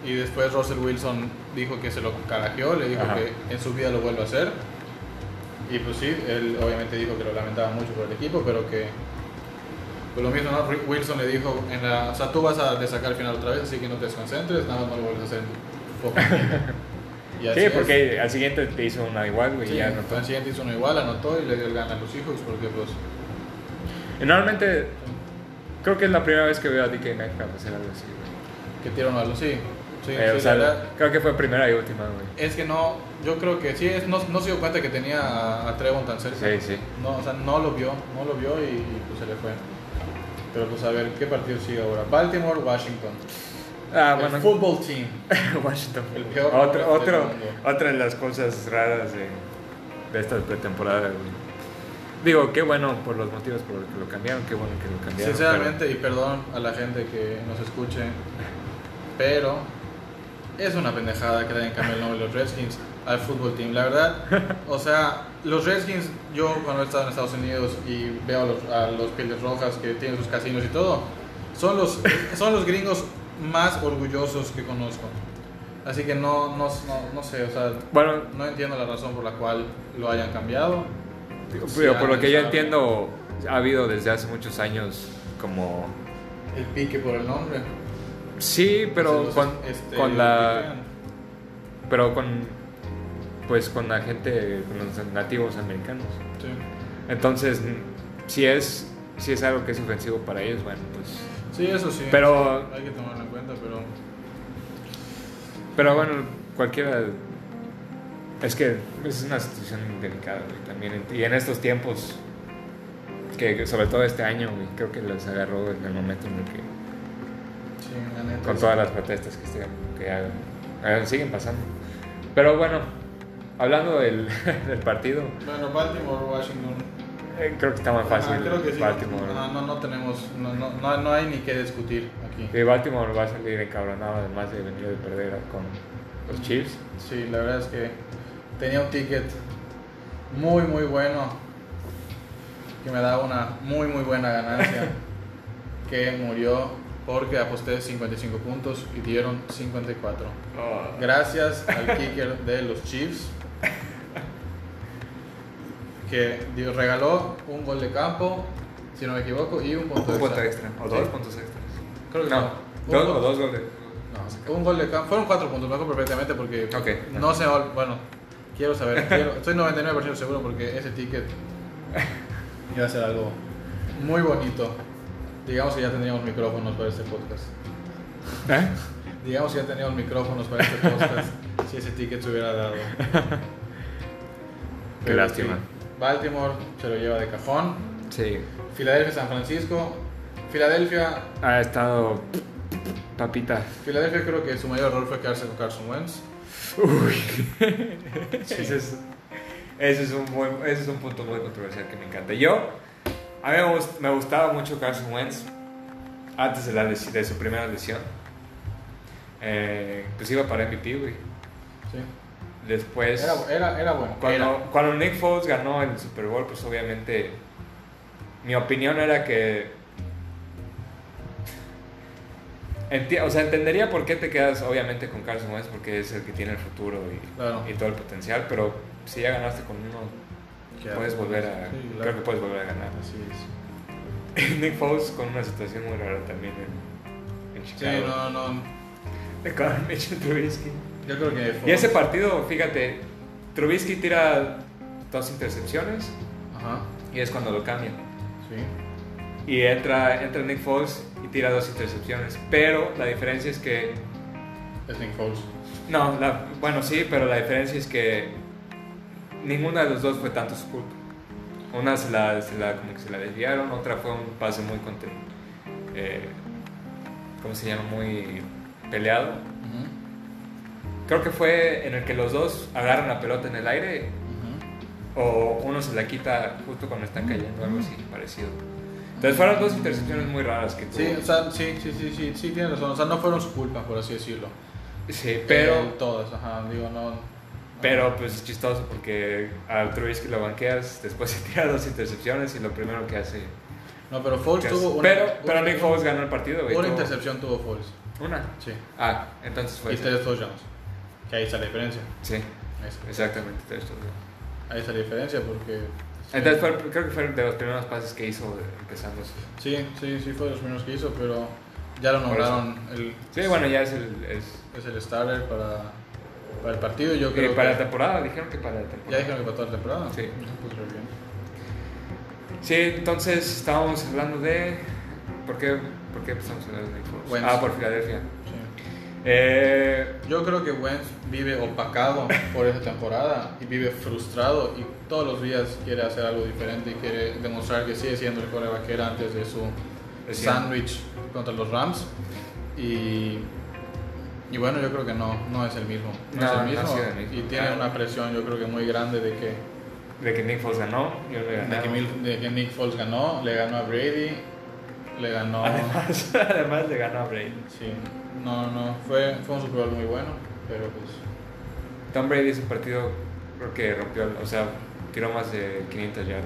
Y después Russell Wilson dijo que se lo carajeó, le dijo Ajá. que en su vida lo vuelve a hacer. Y pues sí, él obviamente dijo que lo lamentaba mucho por el equipo, pero que. Pues lo mismo, ¿no? Ri- Wilson le dijo: en la, O sea, tú vas a desacar el final otra vez, así que no te desconcentres, nada más no lo vuelves a hacer. Foco. Y así Sí, es. porque al siguiente te hizo una igual, güey. y Sí, ya anotó. al siguiente hizo uno igual, anotó y le dio el gana a los hijos porque pues Y normalmente creo que es la primera vez que veo a DK Metcalf hacer algo así, güey. que tiraron a los sí. Sí, Eh, sí, o sea, la verdad, creo que fue primera y última, güey. es que no, yo creo que sí, es, no, no se dio cuenta que tenía a, a Trevon tan cerca. Sí, sí. No, o sea, no lo vio, no lo vio y, y, pues se le fue. Pero pues a ver, ¿qué partido sigue ahora? Baltimore, Washington. Ah, el bueno, football team. Washington. El peor otro, nombre del otro, mundo. otra de las cosas raras de, de esta pretemporada, güey. Digo, qué bueno por los motivos por los que lo cambiaron, qué bueno que lo cambiaron. Sinceramente, y perdón a la gente que nos escuche, pero es una pendejada que le hayan cambiado el nombre de los Redskins al fútbol team. La verdad, o sea, los Redskins, yo cuando he estado en Estados Unidos y veo a los, a los pieles rojas que tienen sus casinos y todo, son los, son los gringos más orgullosos que conozco. Así que no, no, no, no sé, o sea, pero- bueno, no entiendo la razón por la cual lo hayan cambiado. digo, Sí, digo, por lo que yo sabe. entiendo, ha habido desde hace muchos años como... El pique por el nombre. Sí, pero Entonces, con, este, con la... piquean. Pero con... Pues con la gente, con los nativos americanos. Sí. Entonces, mm, si es, si es algo que es ofensivo para ellos, bueno, pues... Sí, eso sí. Pero- Hay que tomarlo en cuenta, pero. Pero bueno, cualquiera... Es que es una situación delicada, güey, también. en- Y en estos tiempos, que sobre todo este año, güey, creo que les agarró en el momento en el que... Sí, la neta. Con sí. todas las protestas que, se- que hagan, hagan- siguen pasando. Pero bueno, hablando del, del partido, Bueno, Baltimore, Washington. eh, creo que está más fácil Ah, creo que sí. Baltimore. No, no, no tenemos. No, no, no, no hay ni que discutir aquí. Y Baltimore va a salir encabronado además de venir de perder con los Chiefs. Sí, la verdad es que tenía un ticket muy, muy bueno. Que me daba una muy, muy buena ganancia. que murió porque aposté 55 puntos y dieron 54. Oh, Gracias al kicker de los Chiefs que dio- regaló un gol de campo, si no me equivoco, y un punto Un punto extra. extra, o ¿Sí? dos puntos extras. Creo que No, fue- dos, un o gol- dos goles. no, un gol de campo. Fueron cuatro puntos, me acuerdo perfectamente porque Ok. no sé, bueno, quiero saber, quiero- estoy 99% seguro porque ese ticket iba a ser algo muy bonito. Digamos que ya tendríamos micrófonos para este podcast. ¿Eh? Digamos que ya teníamos micrófonos para este podcast si ese ticket se hubiera dado. Qué lástima. sí, Baltimore se lo lleva de cajón. Sí. Filadelfia, San Francisco. Filadelfia, Ha estado papita. Filadelfia creo que su mayor error fue quedarse con Carson Wentz. Ese, es, ese es un buen- ese es un punto muy controversial que me encanta. Yo, a mí me, gust- me gustaba mucho Carson Wentz antes de, la lesi- de su primera lesión. Eh, pues iba para MVP, güey. Sí. Después... Era, era, era bueno. Cuando, Era. cuando Nick Foles ganó el Super Bowl, pues obviamente mi opinión era que... Enti- o sea, entendería por qué te quedas obviamente con Carson Wentz, porque es el que tiene el futuro y, Claro. y todo el potencial, pero si ya ganaste con uno, Queda- puedes volver a... Sí, claro. Creo que puedes volver a ganar. Así es. Nick Foles con una situación muy rara también en, en Sí, Chicago. no, no. Con Mitchell Trubisky. Yo creo que fue. Y ese partido, fíjate, Trubisky tira dos intercepciones. Ajá. Y es cuando lo cambian. Sí. Y entra, entra Nick Foles y tira dos intercepciones. Pero la diferencia es que. Es Nick Foles. No, la- bueno, sí, pero la diferencia es que ninguna de los dos fue tanto su culpa. Una se la, se la- como que se la desviaron, otra fue un pase muy contra, eh, ¿cómo se llama? Muy peleado. Ujú, Creo que fue en el que los dos agarran la pelota en el aire ujú. o uno se la quita justo cuando están cayendo, algo así parecido. Entonces fueron dos intercepciones muy raras que tuvo. Sí, o sea, sí, sí, sí, sí, sí, tienes razón. O sea, no fueron su culpa, por así decirlo. Sí, Eh, pero, todas, ajá, digo, no. pero pues es chistoso porque al Trubisky lo banqueas, después se tira dos intercepciones y lo primero que hace... No, pero Foles que tuvo hace- una. pero una- pero Nick Foles ganó el partido, güey. Una tuvo- intercepción tuvo Foles. Una. Sí. Ah, entonces fue... Y tres touchdowns. Que ahí está la diferencia. Sí, Ahí está, exactamente. tres touchdowns. ahí está la diferencia porque. Entonces fue- creo que fue de los primeros pases que hizo de- empezando. su- Sí, sí, sí, fue de los primeros que hizo, pero ya lo Por nombraron. El, Sí, bueno, ya es el... es- Es el starter para, para el partido. Yo eh, creo para la que. temporada, dijeron que para la temporada. Ya dijeron que para toda la temporada. Sí. Ujú, Pues re bien. Sí, entonces estábamos hablando de... ¿Por qué, por qué empezamos a hablar de Nick Foles? Wentz. Ah, por Filadelfia. Sí. Eh, Yo creo que Wentz vive opacado por esta temporada y vive frustrado y todos los días quiere hacer algo diferente y quiere demostrar que sigue siendo el coreback que era antes de su Es cierto. sándwich contra los Rams. Y, y bueno, yo creo que no, no es el mismo. No, es no el mismo. ha sido el mismo. Y tiene Ah. una presión yo creo que muy grande de que, de que Nick Foles ganó, yo no he de ganado. que, Mil- de que Nick Foles ganó, le ganó a Brady, le ganó... Además, además le ganó a Brady. Sí, no, no, fue, fue un Super Bowl muy bueno, pero pues... Tom Brady ese partido creo que rompió, o sea, tiró más de 500 yardas.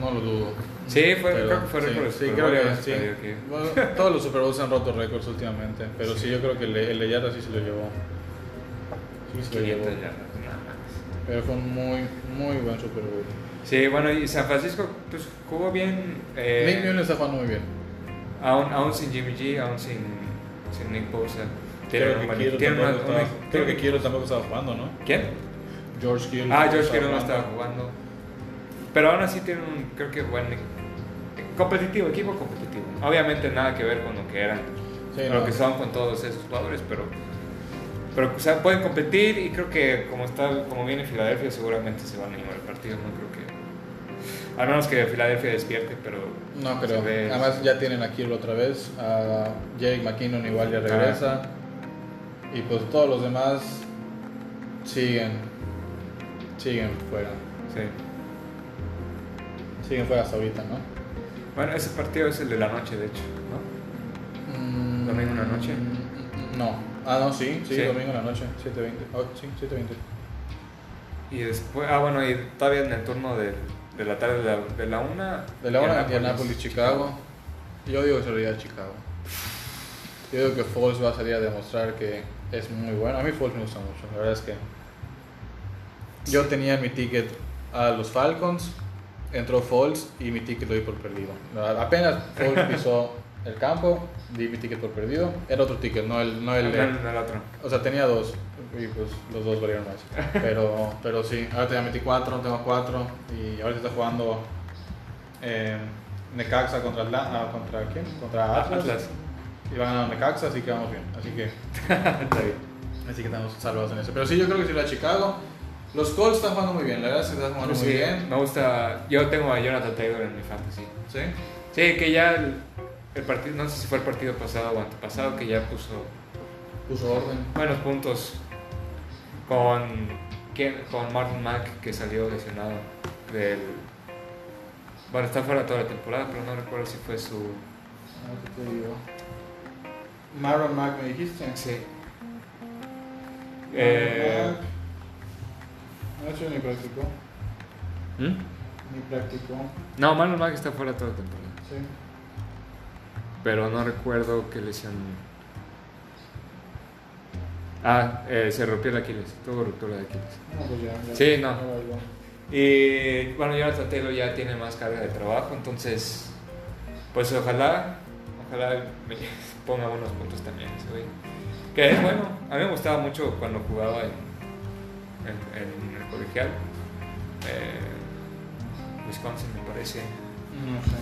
No lo dudo. Sí, fue- Pero creo que fue sí, récord de sí, Super creo Bowl, que ya hemos sí. perdido aquí. Bueno, todos los Super Bowls han roto récords últimamente, pero sí, yo creo que el, de- el de yardas sí se lo llevó. Sí se 500 lo llevó. yardas, nada más. Pero fue un muy, muy buen Super Bowl. Sí, bueno, y San Francisco pues, jugó bien. eh, Nick Newell está jugando muy bien. aún, aún sin Jimmy G, aún sin, sin Nick Bosa. Creo un que, buen- Kittle tienen tampoco una- estaba, una- creo que Kittle tampoco estaba jugando, ¿no? ¿Quién? George Kittle. Ah, tampoco George Kittle no estaba jugando. jugando. Pero aún así tiene un, creo que buen eh, competitivo, equipo competitivo. Obviamente nada que ver con lo que eran, Sí, lo no. que son con todos esos jugadores, pero, pero o sea, pueden competir y creo que como está, como viene Filadelfia, seguramente se van a llevar el partido. No creo que, al menos que Filadelfia despierte, pero No se creo. ve- Además ya tienen a Kittle otra vez. A Jake McKinnon igual ya regresa. Y pues todos los demás siguen. Siguen fuera. sí. Siguen fuera hasta ahorita, ¿no? Bueno, ese partido es el de la noche, de hecho, ¿no? ¿Domingo en la noche? Mm, No. Ah, no, sí, sí, Sí. domingo en la noche, 7.20. Oh, sí, 7.20. Y después, ah, bueno, y todavía en el turno de, de la tarde de la, de la una. De la hora de Indianapolis, Indianapolis, Chicago. Yo digo que se lo irá a Chicago. Yo digo que Foles va a salir a demostrar que es muy bueno. A mí Foles me gusta mucho, la verdad es que. Yo tenía en mi ticket a los Falcons, entró Foles y mi ticket lo di por perdido. La verdad, Apenas Foles pisó el campo, di mi ticket por perdido. Era otro ticket, no el, no el de- No, no, el otro. O sea, tenía dos y pues los dos valieron más. Pero, pero sí, ahora tenía 24, tengo 4 y ahora está jugando eh, Necaxa contra, Atla- ah, contra quién? Contra Atlas. Atlas. Y van a ganar Necaxa, así que vamos bien. Así que, Está bien. así que estamos salvados en eso. Pero sí, yo creo que si la Chicago, los Colts están jugando muy bien, la verdad es que están jugando Sí, ¿eh? muy bien. Me gusta. Yo tengo a Jonathan Taylor en mi fantasy. Sí, Sí, que ya el, el partido. No sé si fue el partido pasado o antepasado, que ya puso puso orden. buenos puntos con, ¿quién? con Martin Mack, que salió lesionado del. Bueno, está fuera toda la temporada, pero no recuerdo si fue su. A ver qué te digo. Maron Mack me dijiste. Sí. Maron Eh, Mack. No, eso ni practicó. ¿hmm? Ni practicó. No, Marlon Mack está fuera toda la temporada. Sí. Pero no recuerdo qué lesión. Ah, eh, se rompió el Aquiles, tuvo ruptura de Aquiles. No, pues ya, ya. Sí, no. Ya valió. Y bueno, Jonathan Taylor ya tiene más carga de trabajo, entonces, pues ojalá, ojalá me ponga unos puntos también ese güey. Que es bueno, a mí me gustaba mucho cuando jugaba en, en- en el colegial. Eh, Wisconsin me parece. No sé.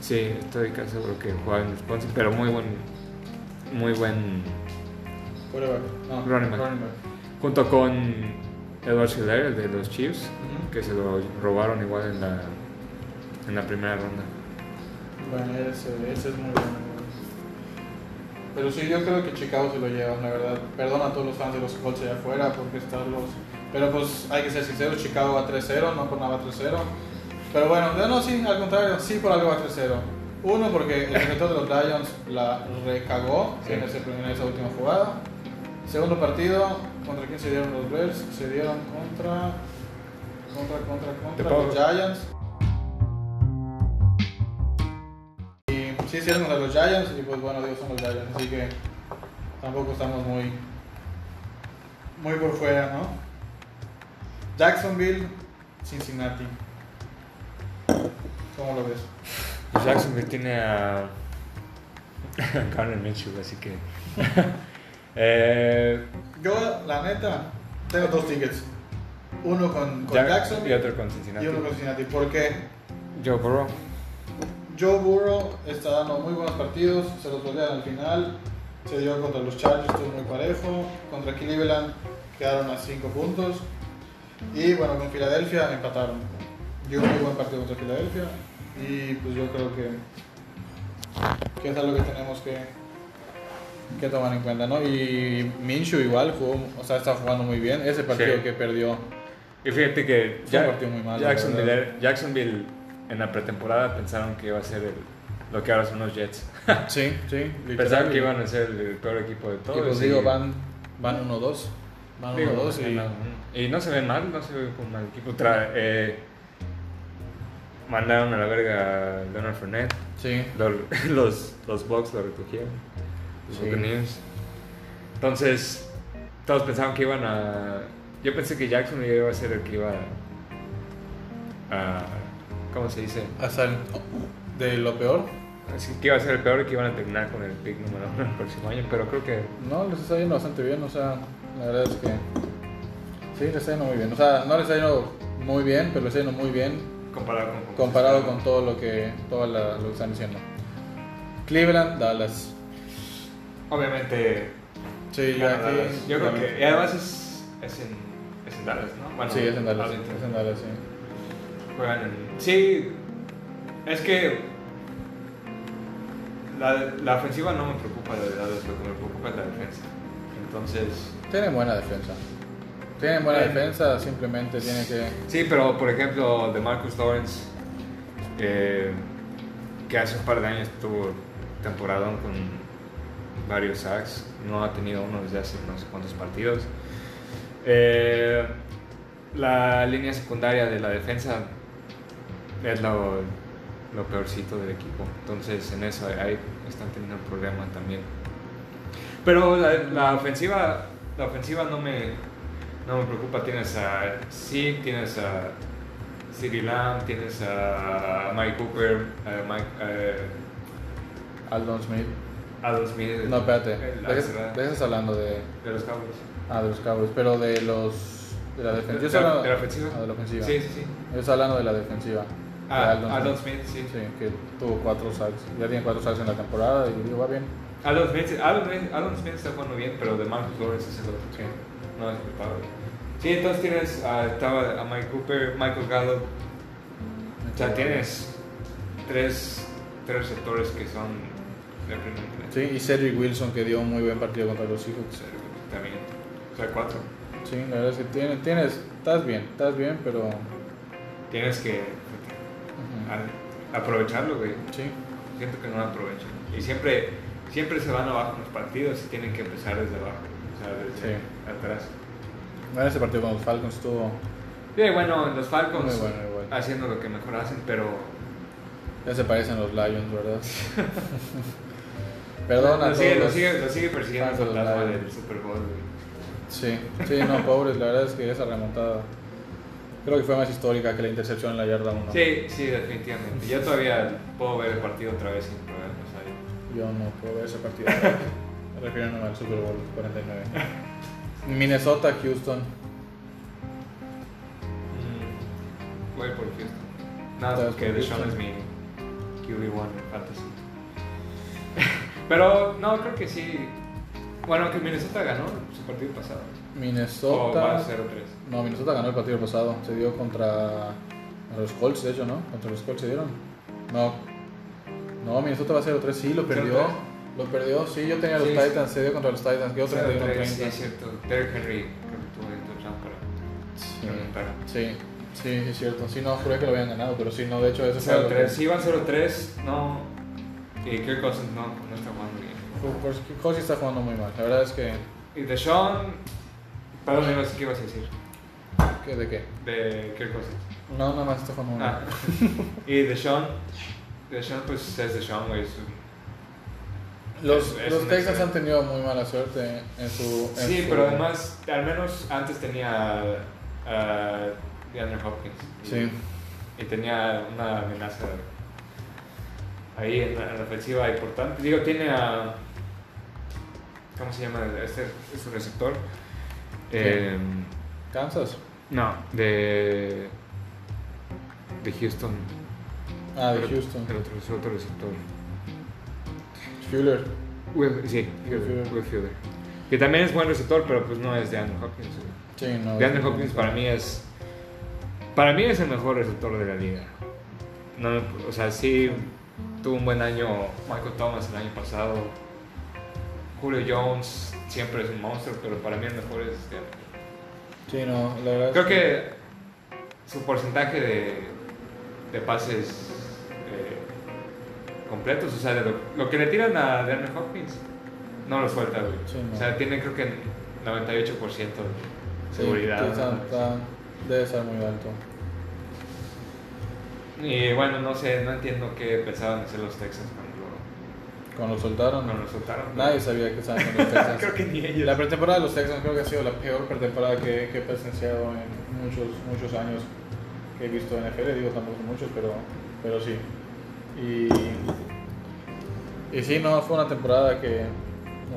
Sí, estoy casi seguro que jugaba en Wisconsin, pero muy buen, muy buen Quarterback. No. Running back. Running back. junto con Edward Schiller, el de los Chiefs, que se lo robaron igual en la, en la primera ronda. Bueno, ese, ese es muy bueno. Pero sí, yo creo que Chicago se lo lleva, la verdad. Perdona a todos los fans de los Colts allá afuera porque están los... Pero pues hay que ser sinceros, Chicago va 3-0, no por nada va 3-0. Pero bueno, no, no, sí, al contrario, sí por algo va 3-0. Uno, porque el defensor de los Lions la recagó Sí. en, ese- en esa última jugada. Segundo partido, ¿contra quién se dieron los Bears? Se dieron contra... Contra, Te contra, contra puedo- los Giants. Y sí hicieron a los Giants y pues bueno, Dios son los Giants, así que tampoco estamos muy muy por fuera, ¿no? Jacksonville, Cincinnati. ¿Cómo lo ves? Y Jacksonville tiene a a Garner Mitchell, así que... eh, Yo, la neta, tengo dos tickets. Uno con, con Ya- Jacksonville y otro con y Cincinnati. uno con Cincinnati. ¿Por qué? Joe Burrow. Joe Burrow está dando muy buenos partidos, se los volvieron al final, se dio contra los Chargers, estuvo muy parejo, contra Cleveland quedaron a 5 puntos y bueno, con Filadelfia empataron. Dio un muy buen partido contra Filadelfia y pues yo creo que, que es algo que tenemos que, que tomar en cuenta, ¿no? Y Minshew igual jugó, o sea, está jugando muy bien, ese partido Sí. que perdió. Y fíjate que Fue un Ya- partido muy malo, la Jacksonville, Jacksonville en la pretemporada pensaron que iba a ser el- lo que ahora son los Jets. Sí, sí, Pensaban que iban a ser el, peor equipo de todos. Y pues digo, van, van 1-2. Van digo, 1-2 y... ganan. Y no se ven mal, no se ven como mal equipo. Tra- eh, mandaron a la verga a Leonard Fournette. Sí. Lo- los, los Bucks lo recogieron. Los Sí. Buccaneers. Entonces, todos pensaban que iban a. Yo pensé que Jackson iba a ser el que iba a. a- ¿Cómo se dice? Hasta el- de lo peor. Así que iba a ser el peor y que iban a terminar con el pick número uno el próximo año, pero creo que. No, les está yendo bastante bien, o sea, la verdad es que... Sí, les está yendo muy bien. O sea, no les está yendo muy bien, pero les está yendo muy bien Comparado con. comparado con todo lo que, todo la- lo que están diciendo. Cleveland, Dallas. Obviamente. Sí, yo, gana aquí- Dallas. Yo creo que. Y además es, es, en, es en Dallas, ¿no? Bueno, Sí, es en Dallas. ahorita. Es en Dallas, sí. Juegan en- Sí, es que la, la ofensiva no me preocupa de verdad, es lo que me preocupa es la defensa. Entonces, Tienen buena defensa. Tienen buena Eh. defensa, simplemente tienen que... sí, pero por ejemplo, de Marcus Lawrence, eh, que hace un par de años tuvo temporadón con varios sacks, no ha tenido uno desde hace no sé cuántos partidos. Eh, la línea secundaria de la defensa es lo, lo peorcito del equipo. Entonces en eso ahí están teniendo un problema también. Pero la, la ofensiva, la ofensiva no me, no me preocupa. Tienes a Zeke, tienes a Siri Lamb, tienes a Mike Cooper, a Mike, eh, Aldon Smith. Adam Smith. No, espérate. el- la cerrada Dejas, dejas hablando de... de los Cowboys. Ah, de los Cowboys, pero de los. de la defensiva. ¿De- de la- de la ofensiva? Ah, de la ofensiva. Sí, sí, sí. Yo estoy hablando de la defensiva. Ah, de Aldon Smith, sí. Sí, que tuvo cuatro sacks. Ya tiene cuatro sacks en la temporada y digo, va bien. Adam Smith, Adam Smith- Adam Smith está jugando bien, pero de Marcus Lawrence es el otro. Sí. No es culpable. Sí, entonces tienes a, estaba a Mike Cooper, Michael Gallup. O sea, tienes tres, tres receptores que son de primer nivel. Sí, y Cedric Wilson que dio un muy buen partido contra los O Seahawks. sea, También. O sea, cuatro. Sí, la verdad es que tiene- tienes. Estás bien, estás bien, pero. Tienes que ujú, a- aprovecharlo, güey. Sí. Siento que no lo aprovechan. Y siempre, siempre se van abajo en los partidos y tienen que empezar desde abajo. O sea, desde Sí. atrás. Bueno, ese partido con los Falcons estuvo. Sí, bueno, los Falcons Muy bueno, igual. haciendo lo que mejor hacen, pero Ya se parecen los Lions, ¿verdad? Perdón a lo, todos. sigue, lo, los- sigue, lo sigue persiguiendo el fans de los fantasma Lions. del Super Bowl. güey. Sí, sí, no, pobres, la verdad es que esa remontada creo que fue más histórica que la intercepción en la yarda 1. Sí, sí, definitivamente. Yo todavía puedo ver el partido otra vez sin problemas. ahí. Yo no puedo ver ese partido. Refiriéndome al Super Bowl 49. Minnesota, Houston. Mm, Voy por Houston. Nada más Estás porque por Deshaun es Houston. mi QB1 en fantasy. pero no, creo que sí. Bueno, que Minnesota ganó su partido pasado. O Minnesota. Oh, va 0-3. Tota. No, Minnesota ganó el partido pasado. Se dio contra los Colts, de hecho, ¿no? Contra los Colts se dieron. No. No, Minnesota va a 0-3. Sí, lo perdió. 0-3. Lo perdió. Sí, yo tenía los Sí, sí. Titans. Se dio contra los Titans. Quedó 31-30. 0-3, sí, es cierto. Derrick Henry, creo que tuvo el touchdown para Sí. remontar. Sí, sí, es cierto. Sí, no, juré que lo habían ganado, pero sí, no, de hecho, eso fue lo que- 0-3. Si iban 0-3, no. Y Kirk Cousins no, no está jugando bien. Kors- Korsi está jugando muy mal. La verdad es que. Y DeShaun. Perdón, me ibas- ¿qué ibas a decir? ¿qué- ¿De qué? De Kirk Cousins. No, nada más está jugando muy Ah. mal. y DeShaun. DeShaun, pues es DeShaun, güey. es un- Los, Es- es los un Texans excelente. han tenido muy mala suerte en su. en Sí, su- pero además, al menos antes tenía a DeAndre Hopkins. Y- Sí, Y tenía una amenaza ahí en la, en la ofensiva importante. Digo, tiene a. ¿Cómo se llama? Este es un receptor. Eh, Kansas. no, de. De Houston. Ah, de El- Houston. El otro, su otro receptor. Fuller. Will, sí, Fielder, Will Fuller. Will Fielder. Que también es buen receptor, pero pues no es de Andrew Hopkins. güey. Ah, Sí, no. DeAndre Hopkins para mí es para mí es el mejor receptor de la liga. No me- o sea, sí tuvo un buen año Michael Thomas el año pasado. Julio Jones siempre es un monstruo, pero para mí el mejor es DeAndre. Sí, no, la verdad. es Creo que su porcentaje de, de pases eh, completos, o sea, de lo, lo que le tiran a DeAndre Hopkins, no lo suelta, güey. Sí, no. O sea, tiene creo que 98% de sí, seguridad. está- ¿no? está- debe estar muy alto. Y bueno, no sé, no entiendo qué pensaban hacer los Texans cuando Cuando lo soltaron, lo, cuando lo soltaron. nadie sabía que estaban con los Texans. Creo que ni ellos. La pretemporada de los Texans creo que ha sido la peor pretemporada que, que he presenciado en muchos, muchos años que he visto en NFL, digo tampoco muchos, pero, pero sí. Y, y sí, no, fue una temporada que,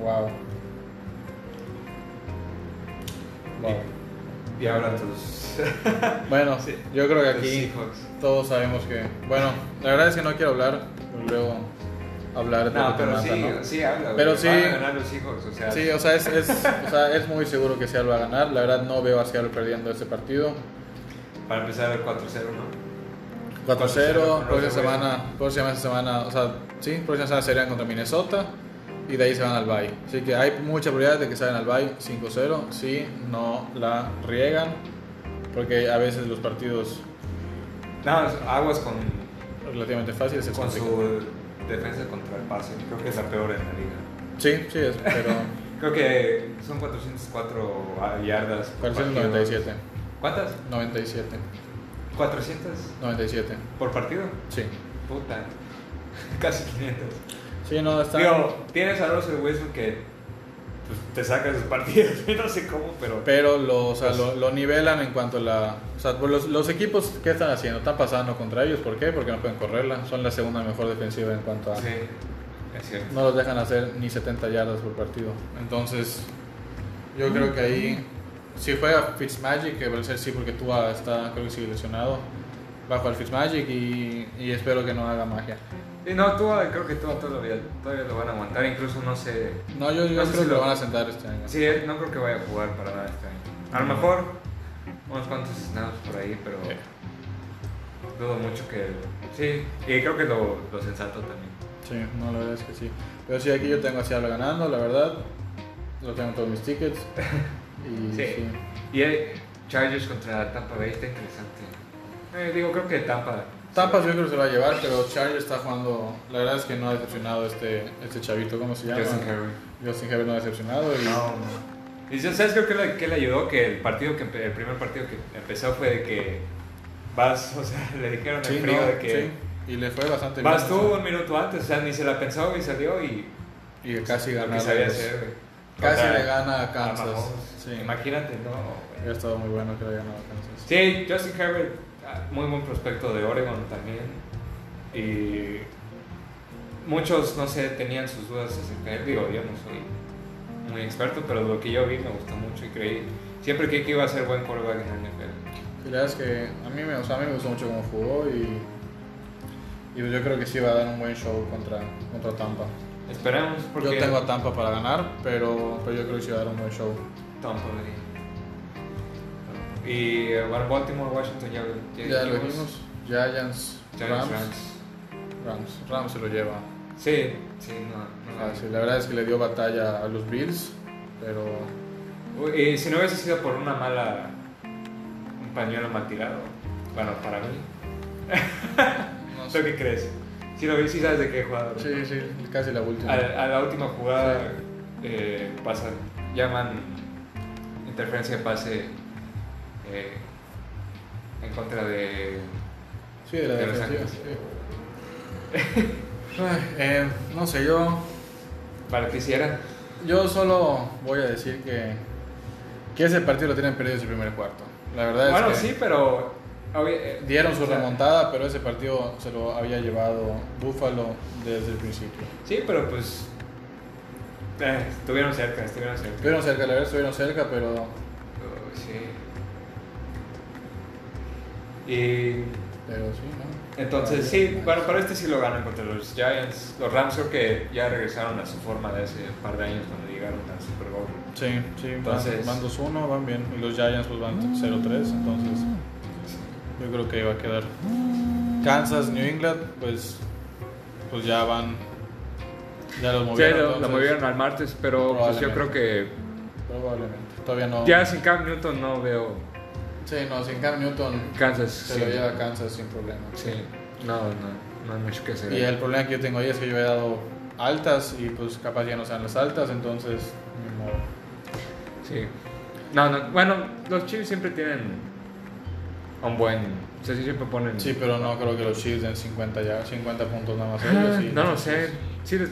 wow. Wow. Y ahora tus, Bueno, Sí. yo creo que tus aquí Seahawks. todos sabemos que, bueno, la verdad es que no quiero hablar, pero luego hablar de No, lo que pero mata, sí, ¿no? sí habla. Pero güey. sí- Van a ganar los Seahawks, o sea. Sí, o sea, es, es- o sea, es muy seguro que Seattle va a ganar. La verdad, no veo a Seattle perdiendo este partido. Para empezar el 4-0, ¿no? 4-0, 4-0, próxima no se juega. semana, próxima semana, o sea, sí, próxima semana serían contra Minnesota y de ahí se van al Bay. Así que hay mucha probabilidad de que salgan al Bay 5-0 si no la riegan, porque a veces los partidos No, es- aguas con, relativamente fáciles se con complican. su defensa contra el pase. Creo que es la peor en la liga. Sí, sí, es, pero Creo que son 404 yardas. por partido. 497, ¿Cuántas? 97, 400 97, por partido. sí. Puta. Casi 500. Sí, no, está... Digo, tienes a Russell Wilson que pues, te saca sus partidos, no sé cómo, pero... Pero lo, o sea, Pues- lo, lo nivelan en cuanto a la... O sea, pues los, los equipos, ¿qué están haciendo? Están pasando contra ellos. ¿Por qué? Porque no pueden correrla. Son la segunda mejor defensiva en cuanto a... Sí, es cierto. No los dejan hacer ni 70 yardas por partido. Entonces, yo creo que ahí... Si juega Fitzmagic, que parece sí, porque Tua está, creo que sigue lesionado, bajo al Fitzmagic y, y espero que no haga magia. Y no, tú, creo que tú todavía, todavía lo van a aguantar, incluso no sé... No, yo, yo No sé creo si que lo lo- van a sentar este año. Sí, él no creo que vaya a jugar para nada este año. A lo mejor unos cuantos snaps por ahí, pero Sí. dudo mucho que... Sí, y creo que lo, lo sensato también. Sí, no, la verdad es que sí. Pero sí, aquí yo tengo a Seattle ganando, la verdad. Lo tengo en todos mis tickets. Y sí. Sí. Y eh, Chargers contra Tampa Bay está interesante. Eh, digo, creo que Tampa... Tampa yo creo que se lo va a llevar, pero Chargers está jugando. La verdad es que no ha decepcionado este, este chavito, ¿cómo se llama? Justin Herbert. Justin Herbert no ha decepcionado. Y, No, Y yo, ¿sabes creo que le, que le ayudó? Que el partido que empe- el primer partido que empezó fue de que vas, o sea, le dijeron Sí, el frío no, de que sí, Y le fue bastante vas bien. tú o sea, un minuto antes, o sea, ni se la pensó y salió y Y casi lo gana. que sabía los- hacer. güey. Casi Contra- le gana a a Kansas. Mahomes. Sí. Imagínate, no. güey. Hubiera estado muy bueno que le ganara a Kansas. Sí, Justin Herbert, ah, muy buen prospecto de Oregon también. Y muchos, no sé, tenían sus dudas acerca de él. Digo, yo no soy muy experto, pero lo que yo vi me gustó mucho y creí. Siempre creí que iba a ser buen quarterback en la NFL. Y la verdad es que a mí me, o sea, a mí me gustó mucho cómo jugó y, y yo creo que sí va a dar un buen show contra, contra Tampa. Esperemos, porque Yo tengo a Tampa para ganar, pero, pero yo creo que sí va a dar un buen show. Tampa Bay. Y eh, bueno, Baltimore, Washington, ya, Ya lo dijimos. Giants, Giants, Rams, Rams. Rams. Rams se lo lleva. Sí, sí, no. no Ah, sí, la verdad es que le dio batalla a los Bills, pero Uy, Y si no Eh, hubiese sido por una mala. un pañuelo mal tirado. Bueno, para mí. no ¿Tú sé. qué crees? Si lo ves, sí sabes de qué jugador. Sí, sí, casi la última. A, a la última jugada eh, pasa, llaman interferencia de pase eh, en contra de. Sí, de la de los defensiva. Ángeles. sí. Ay, eh, no sé, yo, Para ti, si era. yo solo voy a decir que, que ese partido lo tienen perdido ese primer cuarto. La verdad Bueno, Ah, es que sí, pero. obvi- eh, dieron su o sea, remontada, pero ese partido se lo había llevado Buffalo desde el principio. Sí, pero pues. eh, estuvieron cerca, estuvieron cerca. Estuvieron cerca, la verdad estuvieron cerca, pero Oh, sí. Y Pero sí, ¿no? entonces, sí, bueno, pero este sí lo ganan contra los Giants. Los Rams creo que ya regresaron a su forma de hace un par de años cuando llegaron al Super Bowl. Sí, sí, Entonces- entonces, van 2-1, van bien. Y los Giants pues van 0-3, entonces yo creo que va a quedar. Kansas, New England, pues, pues ya van. Ya los movieron. sí, lo- lo, entonces, movieron al martes, pero pues, yo creo Probablemente. que Probablemente. Pues Todavía no. ya sin Cam Newton no veo Sí, no, sin Cam Newton Kansas. se sí. lo lleva a Kansas sin problema. Sí, no, no, no hay mucho que hacer. Y el problema que yo tengo ahí es que yo he dado altas y pues capaz ya no sean las altas, entonces. ni modo. Sí. No, no, bueno, los Chiefs siempre tienen un buen. O sea, sí siempre ponen. Sí, pero no creo que los Chiefs den 50 ya, 50 puntos nada más Ah, ellos. y- no lo sé. Sí, les-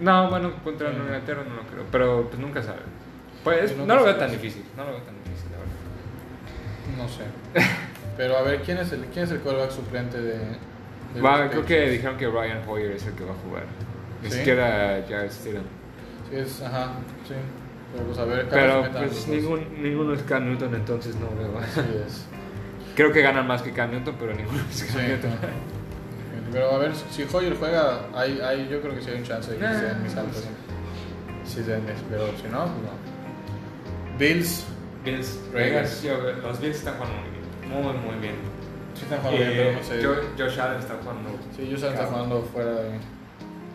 no, bueno, contra Sí. Nueva Inglaterra no lo creo, pero pues nunca sabes. Pues Sí, no nunca lo veo sabes. tan difícil, no lo veo tan difícil, la verdad. No sé. Pero a ver, ¿quién es el, quién es el quarterback suplente de, de Va, los creo que Patriots? dijeron que Ryan Hoyer es el que va a jugar. Ni ¿Sí? siquiera Jared Stidham. Sí, es, ajá, sí. Pero pues a ver, capaz Pero metan los pues dos. ningún, ninguno es Cam Newton, entonces no veo. Así es. Creo que ganan más que Cam Newton, pero ninguno es Sí, Cam Newton. no. Pero a ver, si Hoyer juega, hay, hay, yo creo que sí hay un chance de que Ah. se den mis altas. Sí, se den mis, pero si no, pues no. Bills, Bills, Vegas. yo- los Bills están jugando muy bien. Muy, muy bien. sí están jugando bien, pero no sé. Eh, Jo- Josh Allen está jugando. sí, yo están Cabrón. jugando fuera de.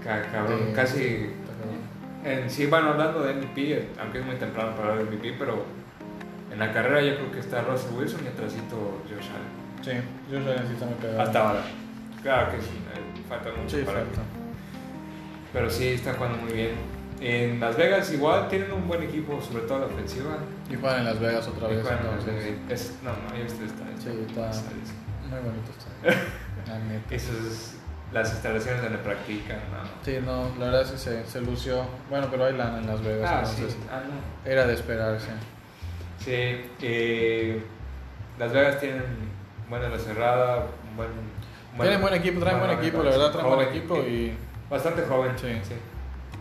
ca- cabrón, de- casi En sí, bueno, hablando de MVP, eh, aunque es muy temprano para hablar de MVP, pero en la carrera yo creo que está Russell Wilson y atrásito Josh Allen. Sí, yo sé que sí está muy pegado. Hasta ahora. Claro que sí, eh, falta mucho Sí, para falta. Pero sí, está jugando muy bien. En Las Vegas igual tienen un buen equipo, sobre todo la ofensiva. Y juegan en Las Vegas otra Y vez. juegan en Las entonces. Vegas. Es- no, no, yo he visto esta. Sí, está- Muy bonito está. La neta. Esas las instalaciones donde practican. ¿no? Ah, Sí, no, la verdad es que se, se lució. Bueno, pero hay lana en Las Vegas, Ah, sí. entonces Ah, no. era de esperarse. Sí, eh, Las Vegas tienen buena la cerrada, un buen, Tienen buen equipo, traen buen equipo, la verdad, traen buen joven, equipo eh, y Bastante joven, sí. Sí.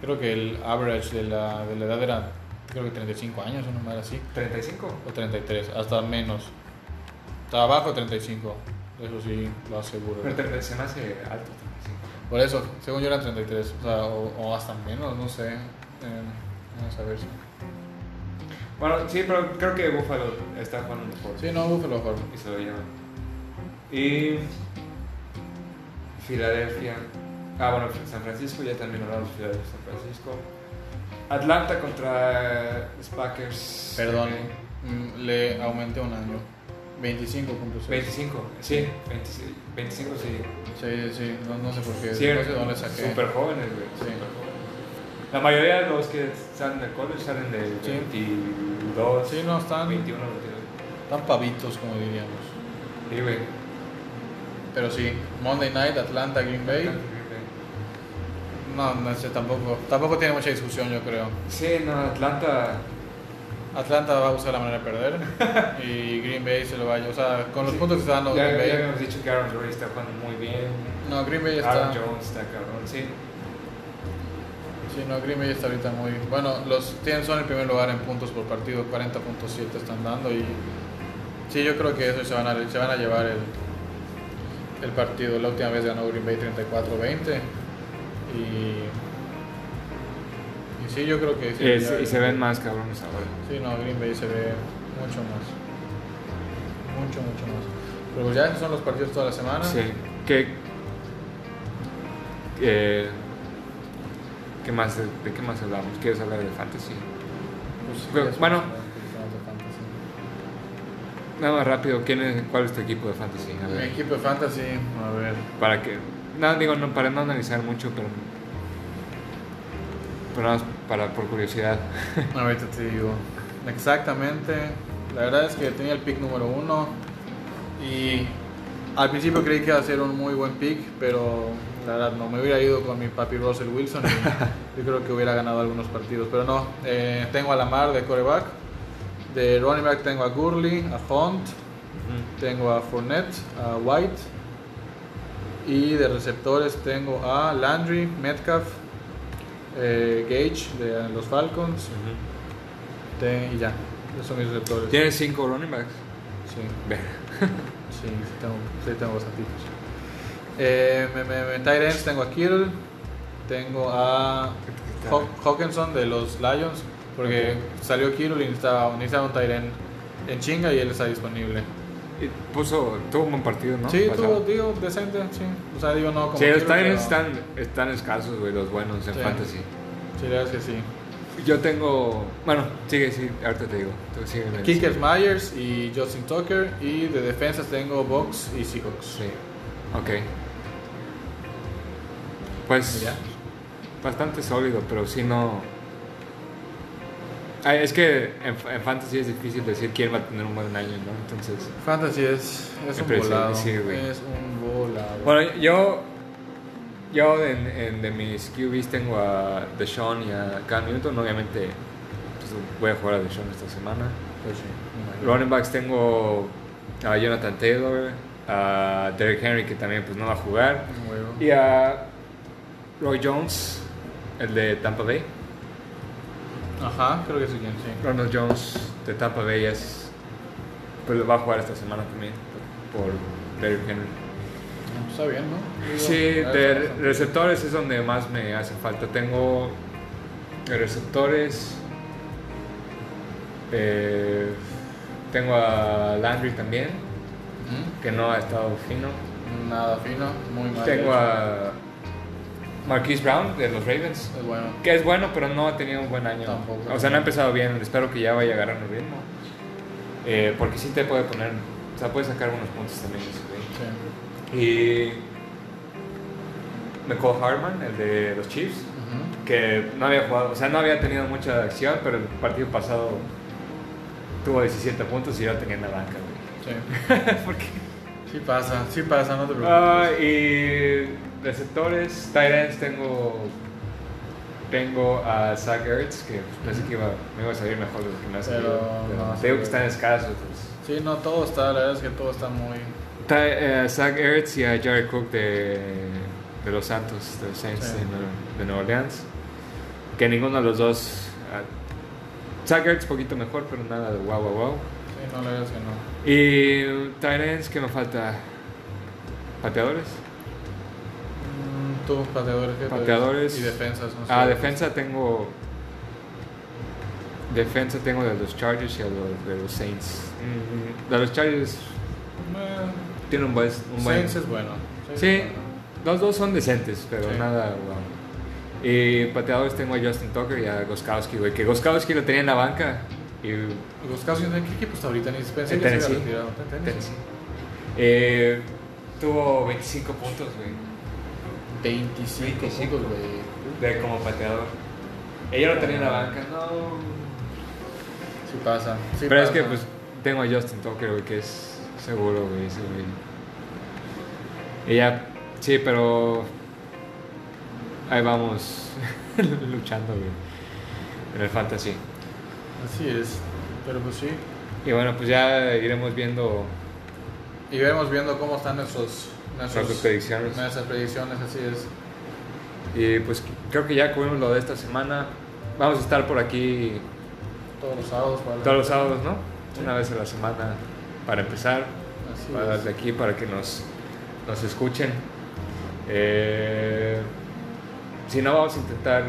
creo que el average de la, de la edad era, creo que 35 años, una madre así, ¿35? o 33, hasta menos. Trabajo 35, eso sí, lo aseguro. Pero te- se me hace alto 35. Por eso, según yo eran 33, o sea, o, o hasta menos, no sé. eh, vamos a ver si. Bueno, sí, pero creo que Buffalo está jugando mejor. Sí, no, Buffalo mejor. Y se lo llevan. Y. Filadelfia. Ah, bueno, San Francisco, ya también hablamos de Filadelfia, San Francisco. Atlanta contra los Packers. Perdón, Eh, mm, le aumenté un año. 25 puntos. 25, sí, 26, 25 sí. Sí, sí, no, no sé por qué. Sí, no sé dónde saqué. Súper jóvenes, güey. Sí. súper jóvenes. La mayoría de los que salen del college salen de Sí. 22, Sí, no, están, 21, 22. están pavitos, como diríamos. Sí, güey. Pero sí, Monday Night, Atlanta, Green Bay. No, no sé, tampoco, tampoco tiene mucha discusión, yo creo. Sí, no, Atlanta. Atlanta va a buscar la manera de perder y Green Bay se lo va a O sea, con los Sí. puntos que está dando ya, Green ya Bay. habíamos dicho que Aaron Rodgers está jugando muy bien. No, Green Bay está. Aaron Jones está cabrón, sí. Sí, no, Green Bay está ahorita muy. Bueno, los tienen son el primer lugar en puntos por partido, 40.7 están dando y. Sí, yo creo que eso se van a, se van a llevar el, el partido. La última vez ganó Green Bay 34-20 y. Y sí, yo creo que sí. Es- ya- y se ven más cabrones ahora. Sí, no, Green Bay se ve mucho más. Mucho, mucho más. Pero pues ya esos son los partidos toda la semana. Sí. ¿Qué, eh, ¿qué más, de, de qué más hablamos? ¿Quieres hablar de fantasy? Pues, sí, Pero, ya son bueno. los partidos de fantasy. Nada más rápido, ¿quién es, ¿cuál es tu equipo de fantasy? A Mi ver, equipo de fantasy, a ver. para que. No, digo, no, para no analizar mucho, pero. Pero nada más para, por curiosidad. Ahorita te digo. Exactamente. La verdad es que tenía el pick número uno. Y al principio creí que iba a ser un muy buen pick, pero la verdad no. Me hubiera ido con mi papi Russell Wilson y yo creo que hubiera ganado algunos partidos. Pero no. Eh, tengo a Lamar de coreback. De running back tengo a Gurley, a Hunt, tengo a Fournette, a White. Y de receptores tengo a Landry, Metcalf, eh, Gage de los Falcons. Te- y ya, esos son mis receptores. Tienes cinco running backs. Sí, Ve. sí, sí tengo, sí tengo bastantitos. Eh, me, me, me- tight ends tengo a Kittle, tengo a Haw- Hawkinson de los Lions, porque salió Kittle y necesitaba, necesitaba un tight end en chinga y él está disponible. Y Puso, tuvo un buen partido, ¿no? sí, Pasado. tuvo, digo, decente, sí. O sea, digo, no como Sí, los Kittle, Titans pero- están, están escasos, güey, los buenos en Sí. fantasy. Sí, la verdad es que sí. Yo tengo. Bueno, sigue, sí, ahorita te digo. Tú sigue, me- Kickers Myers y Justin Tucker, y de defensas tengo Box y Seahawks. Sí. Ok. Pues. Y ya. Bastante sólido, pero si no. Ay, es que en, en fantasy es difícil decir quién va a tener un buen año, ¿no? Entonces. Fantasy es, es un Impresionante, volado. sí, güey. es un volado. Bueno, yo. Yo en, en- de mis QBs tengo a Deshaun y a Cam Newton. Obviamente pues, voy a jugar a Deshaun esta semana. Pues sí, me imagino. Running backs tengo a Jonathan Taylor, a Derrick Henry que también pues no va a jugar Un huevo. y a Roy Jones, el de Tampa Bay. Ajá, creo que sí, quién, sí. Ronald Jones de Tampa Bay es pues va a jugar esta semana también por Derrick Henry. No, Está bien, ¿no? Digo, Sí, a ver, de vamos a- receptores es donde más me hace falta. Tengo de receptores. eh, tengo a Landry también, que no ha estado fino. Ujú. ¿Mm? Nada fino, muy mal. Tengo hecho. a Marquise Brown de los Ravens, Es bueno. que es bueno, pero no ha tenido un buen año. Tampoco. O sea, no ha empezado bien. Espero que ya vaya agarrando ritmo. Eh, porque sí te puede poner, o sea, puede sacar unos puntos también. ese güey. Sí. Y Nicole Harman, el de los Chiefs, Ujú. que no había jugado, o sea, no había tenido mucha acción, pero el partido pasado tuvo 17 puntos y yo tenía en la banca. güey. Sí. ¿Por qué? Sí pasa, sí pasa, no te preocupes. Ah, y receptores, tight ends, tengo, tengo a Zach Ertz, que pensé que iba, me iba a salir mejor de lo que me ha salido. Pero pero no, te digo sí. que están escasos. pues. Sí, no, todo está, la verdad es que todo está muy. Está, eh, Zach Ertz y a Jared Cook de, de los Santos, de los Saints Sí. de, Nueva, de Nueva Orleans. Que ninguno de los dos. ah, Zach Ertz poquito mejor, pero nada de wow, wow, wow. Sí, no, la verdad es que no. Y tight ends, ¿qué me falta? ¿Pateadores? Mm, Tú, pateadores, ¿qué tal? Pateadores. Y defensas, no sé. Ah, defensa tengo. Defensa tengo de los Chargers y a los, de los Saints. Mm, De los Chargers Bueno, tiene un buen. Un buen Saints es bueno. Saints Sí, es bueno. los dos son decentes, pero Sí. nada wow. Y pateadores tengo a Justin Tucker y a Goskowski, güey. Que Goskowski lo tenía en la banca. Y Gostkowski, ¿en qué equipo está pues, ahorita? Ni pensé En que se había Tennessee. retirado. En Tennessee. Eh, tuvo 25 puntos, güey. 25 25. puntos, güey. De como pateador. Ella lo tenía en la banca, no. Sí pasa. sí pero es pasa. que pues tengo a Justin Tucker, güey, que es seguro, güey, ese güey. Y ya, sí, pero ahí vamos luchando, güey. En el fantasy. Así es. Pero pues sí. Y bueno, pues ya iremos viendo Y vemos viendo cómo están nuestros, nuestros- nuestras predicciones. nuestras predicciones, así es. Y pues creo que ya cubrimos lo de esta semana. Vamos a estar por aquí Todos los sábados. Para todos los sábados, ¿no? Una vez a la semana para empezar, Así para es. darle aquí, para que nos, nos escuchen. Eh, si no, vamos a intentar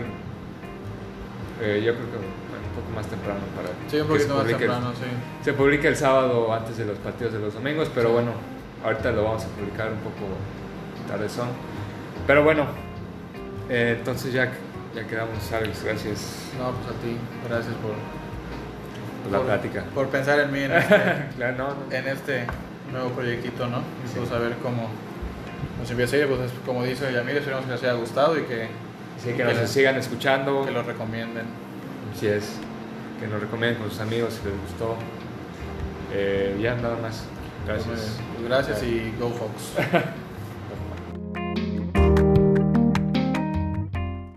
Eh, yo creo que bueno, un poco más temprano para Sí, que un se poquito más publique el- temprano, sí. se publica el sábado antes de los partidos de los domingos, pero bueno, ahorita lo vamos a publicar un poco tardezón. Pero bueno, eh, entonces ya, ya quedamos, Alex, gracias No, pues a ti, gracias por, por la por- plática. Por pensar en mí en este, Claro, no, no. en este nuevo proyectito, ¿no? Sí. Pues a ver cómo nos empieza a ir, pues es- como dice Yamil, esperemos que les haya gustado y que, Así que nos sigan escuchando. eh, que lo recomienden. Así es. Que nos recomienden con sus amigos si les gustó. Eh, ya nada más. Gracias. Pues, gracias y go Fox.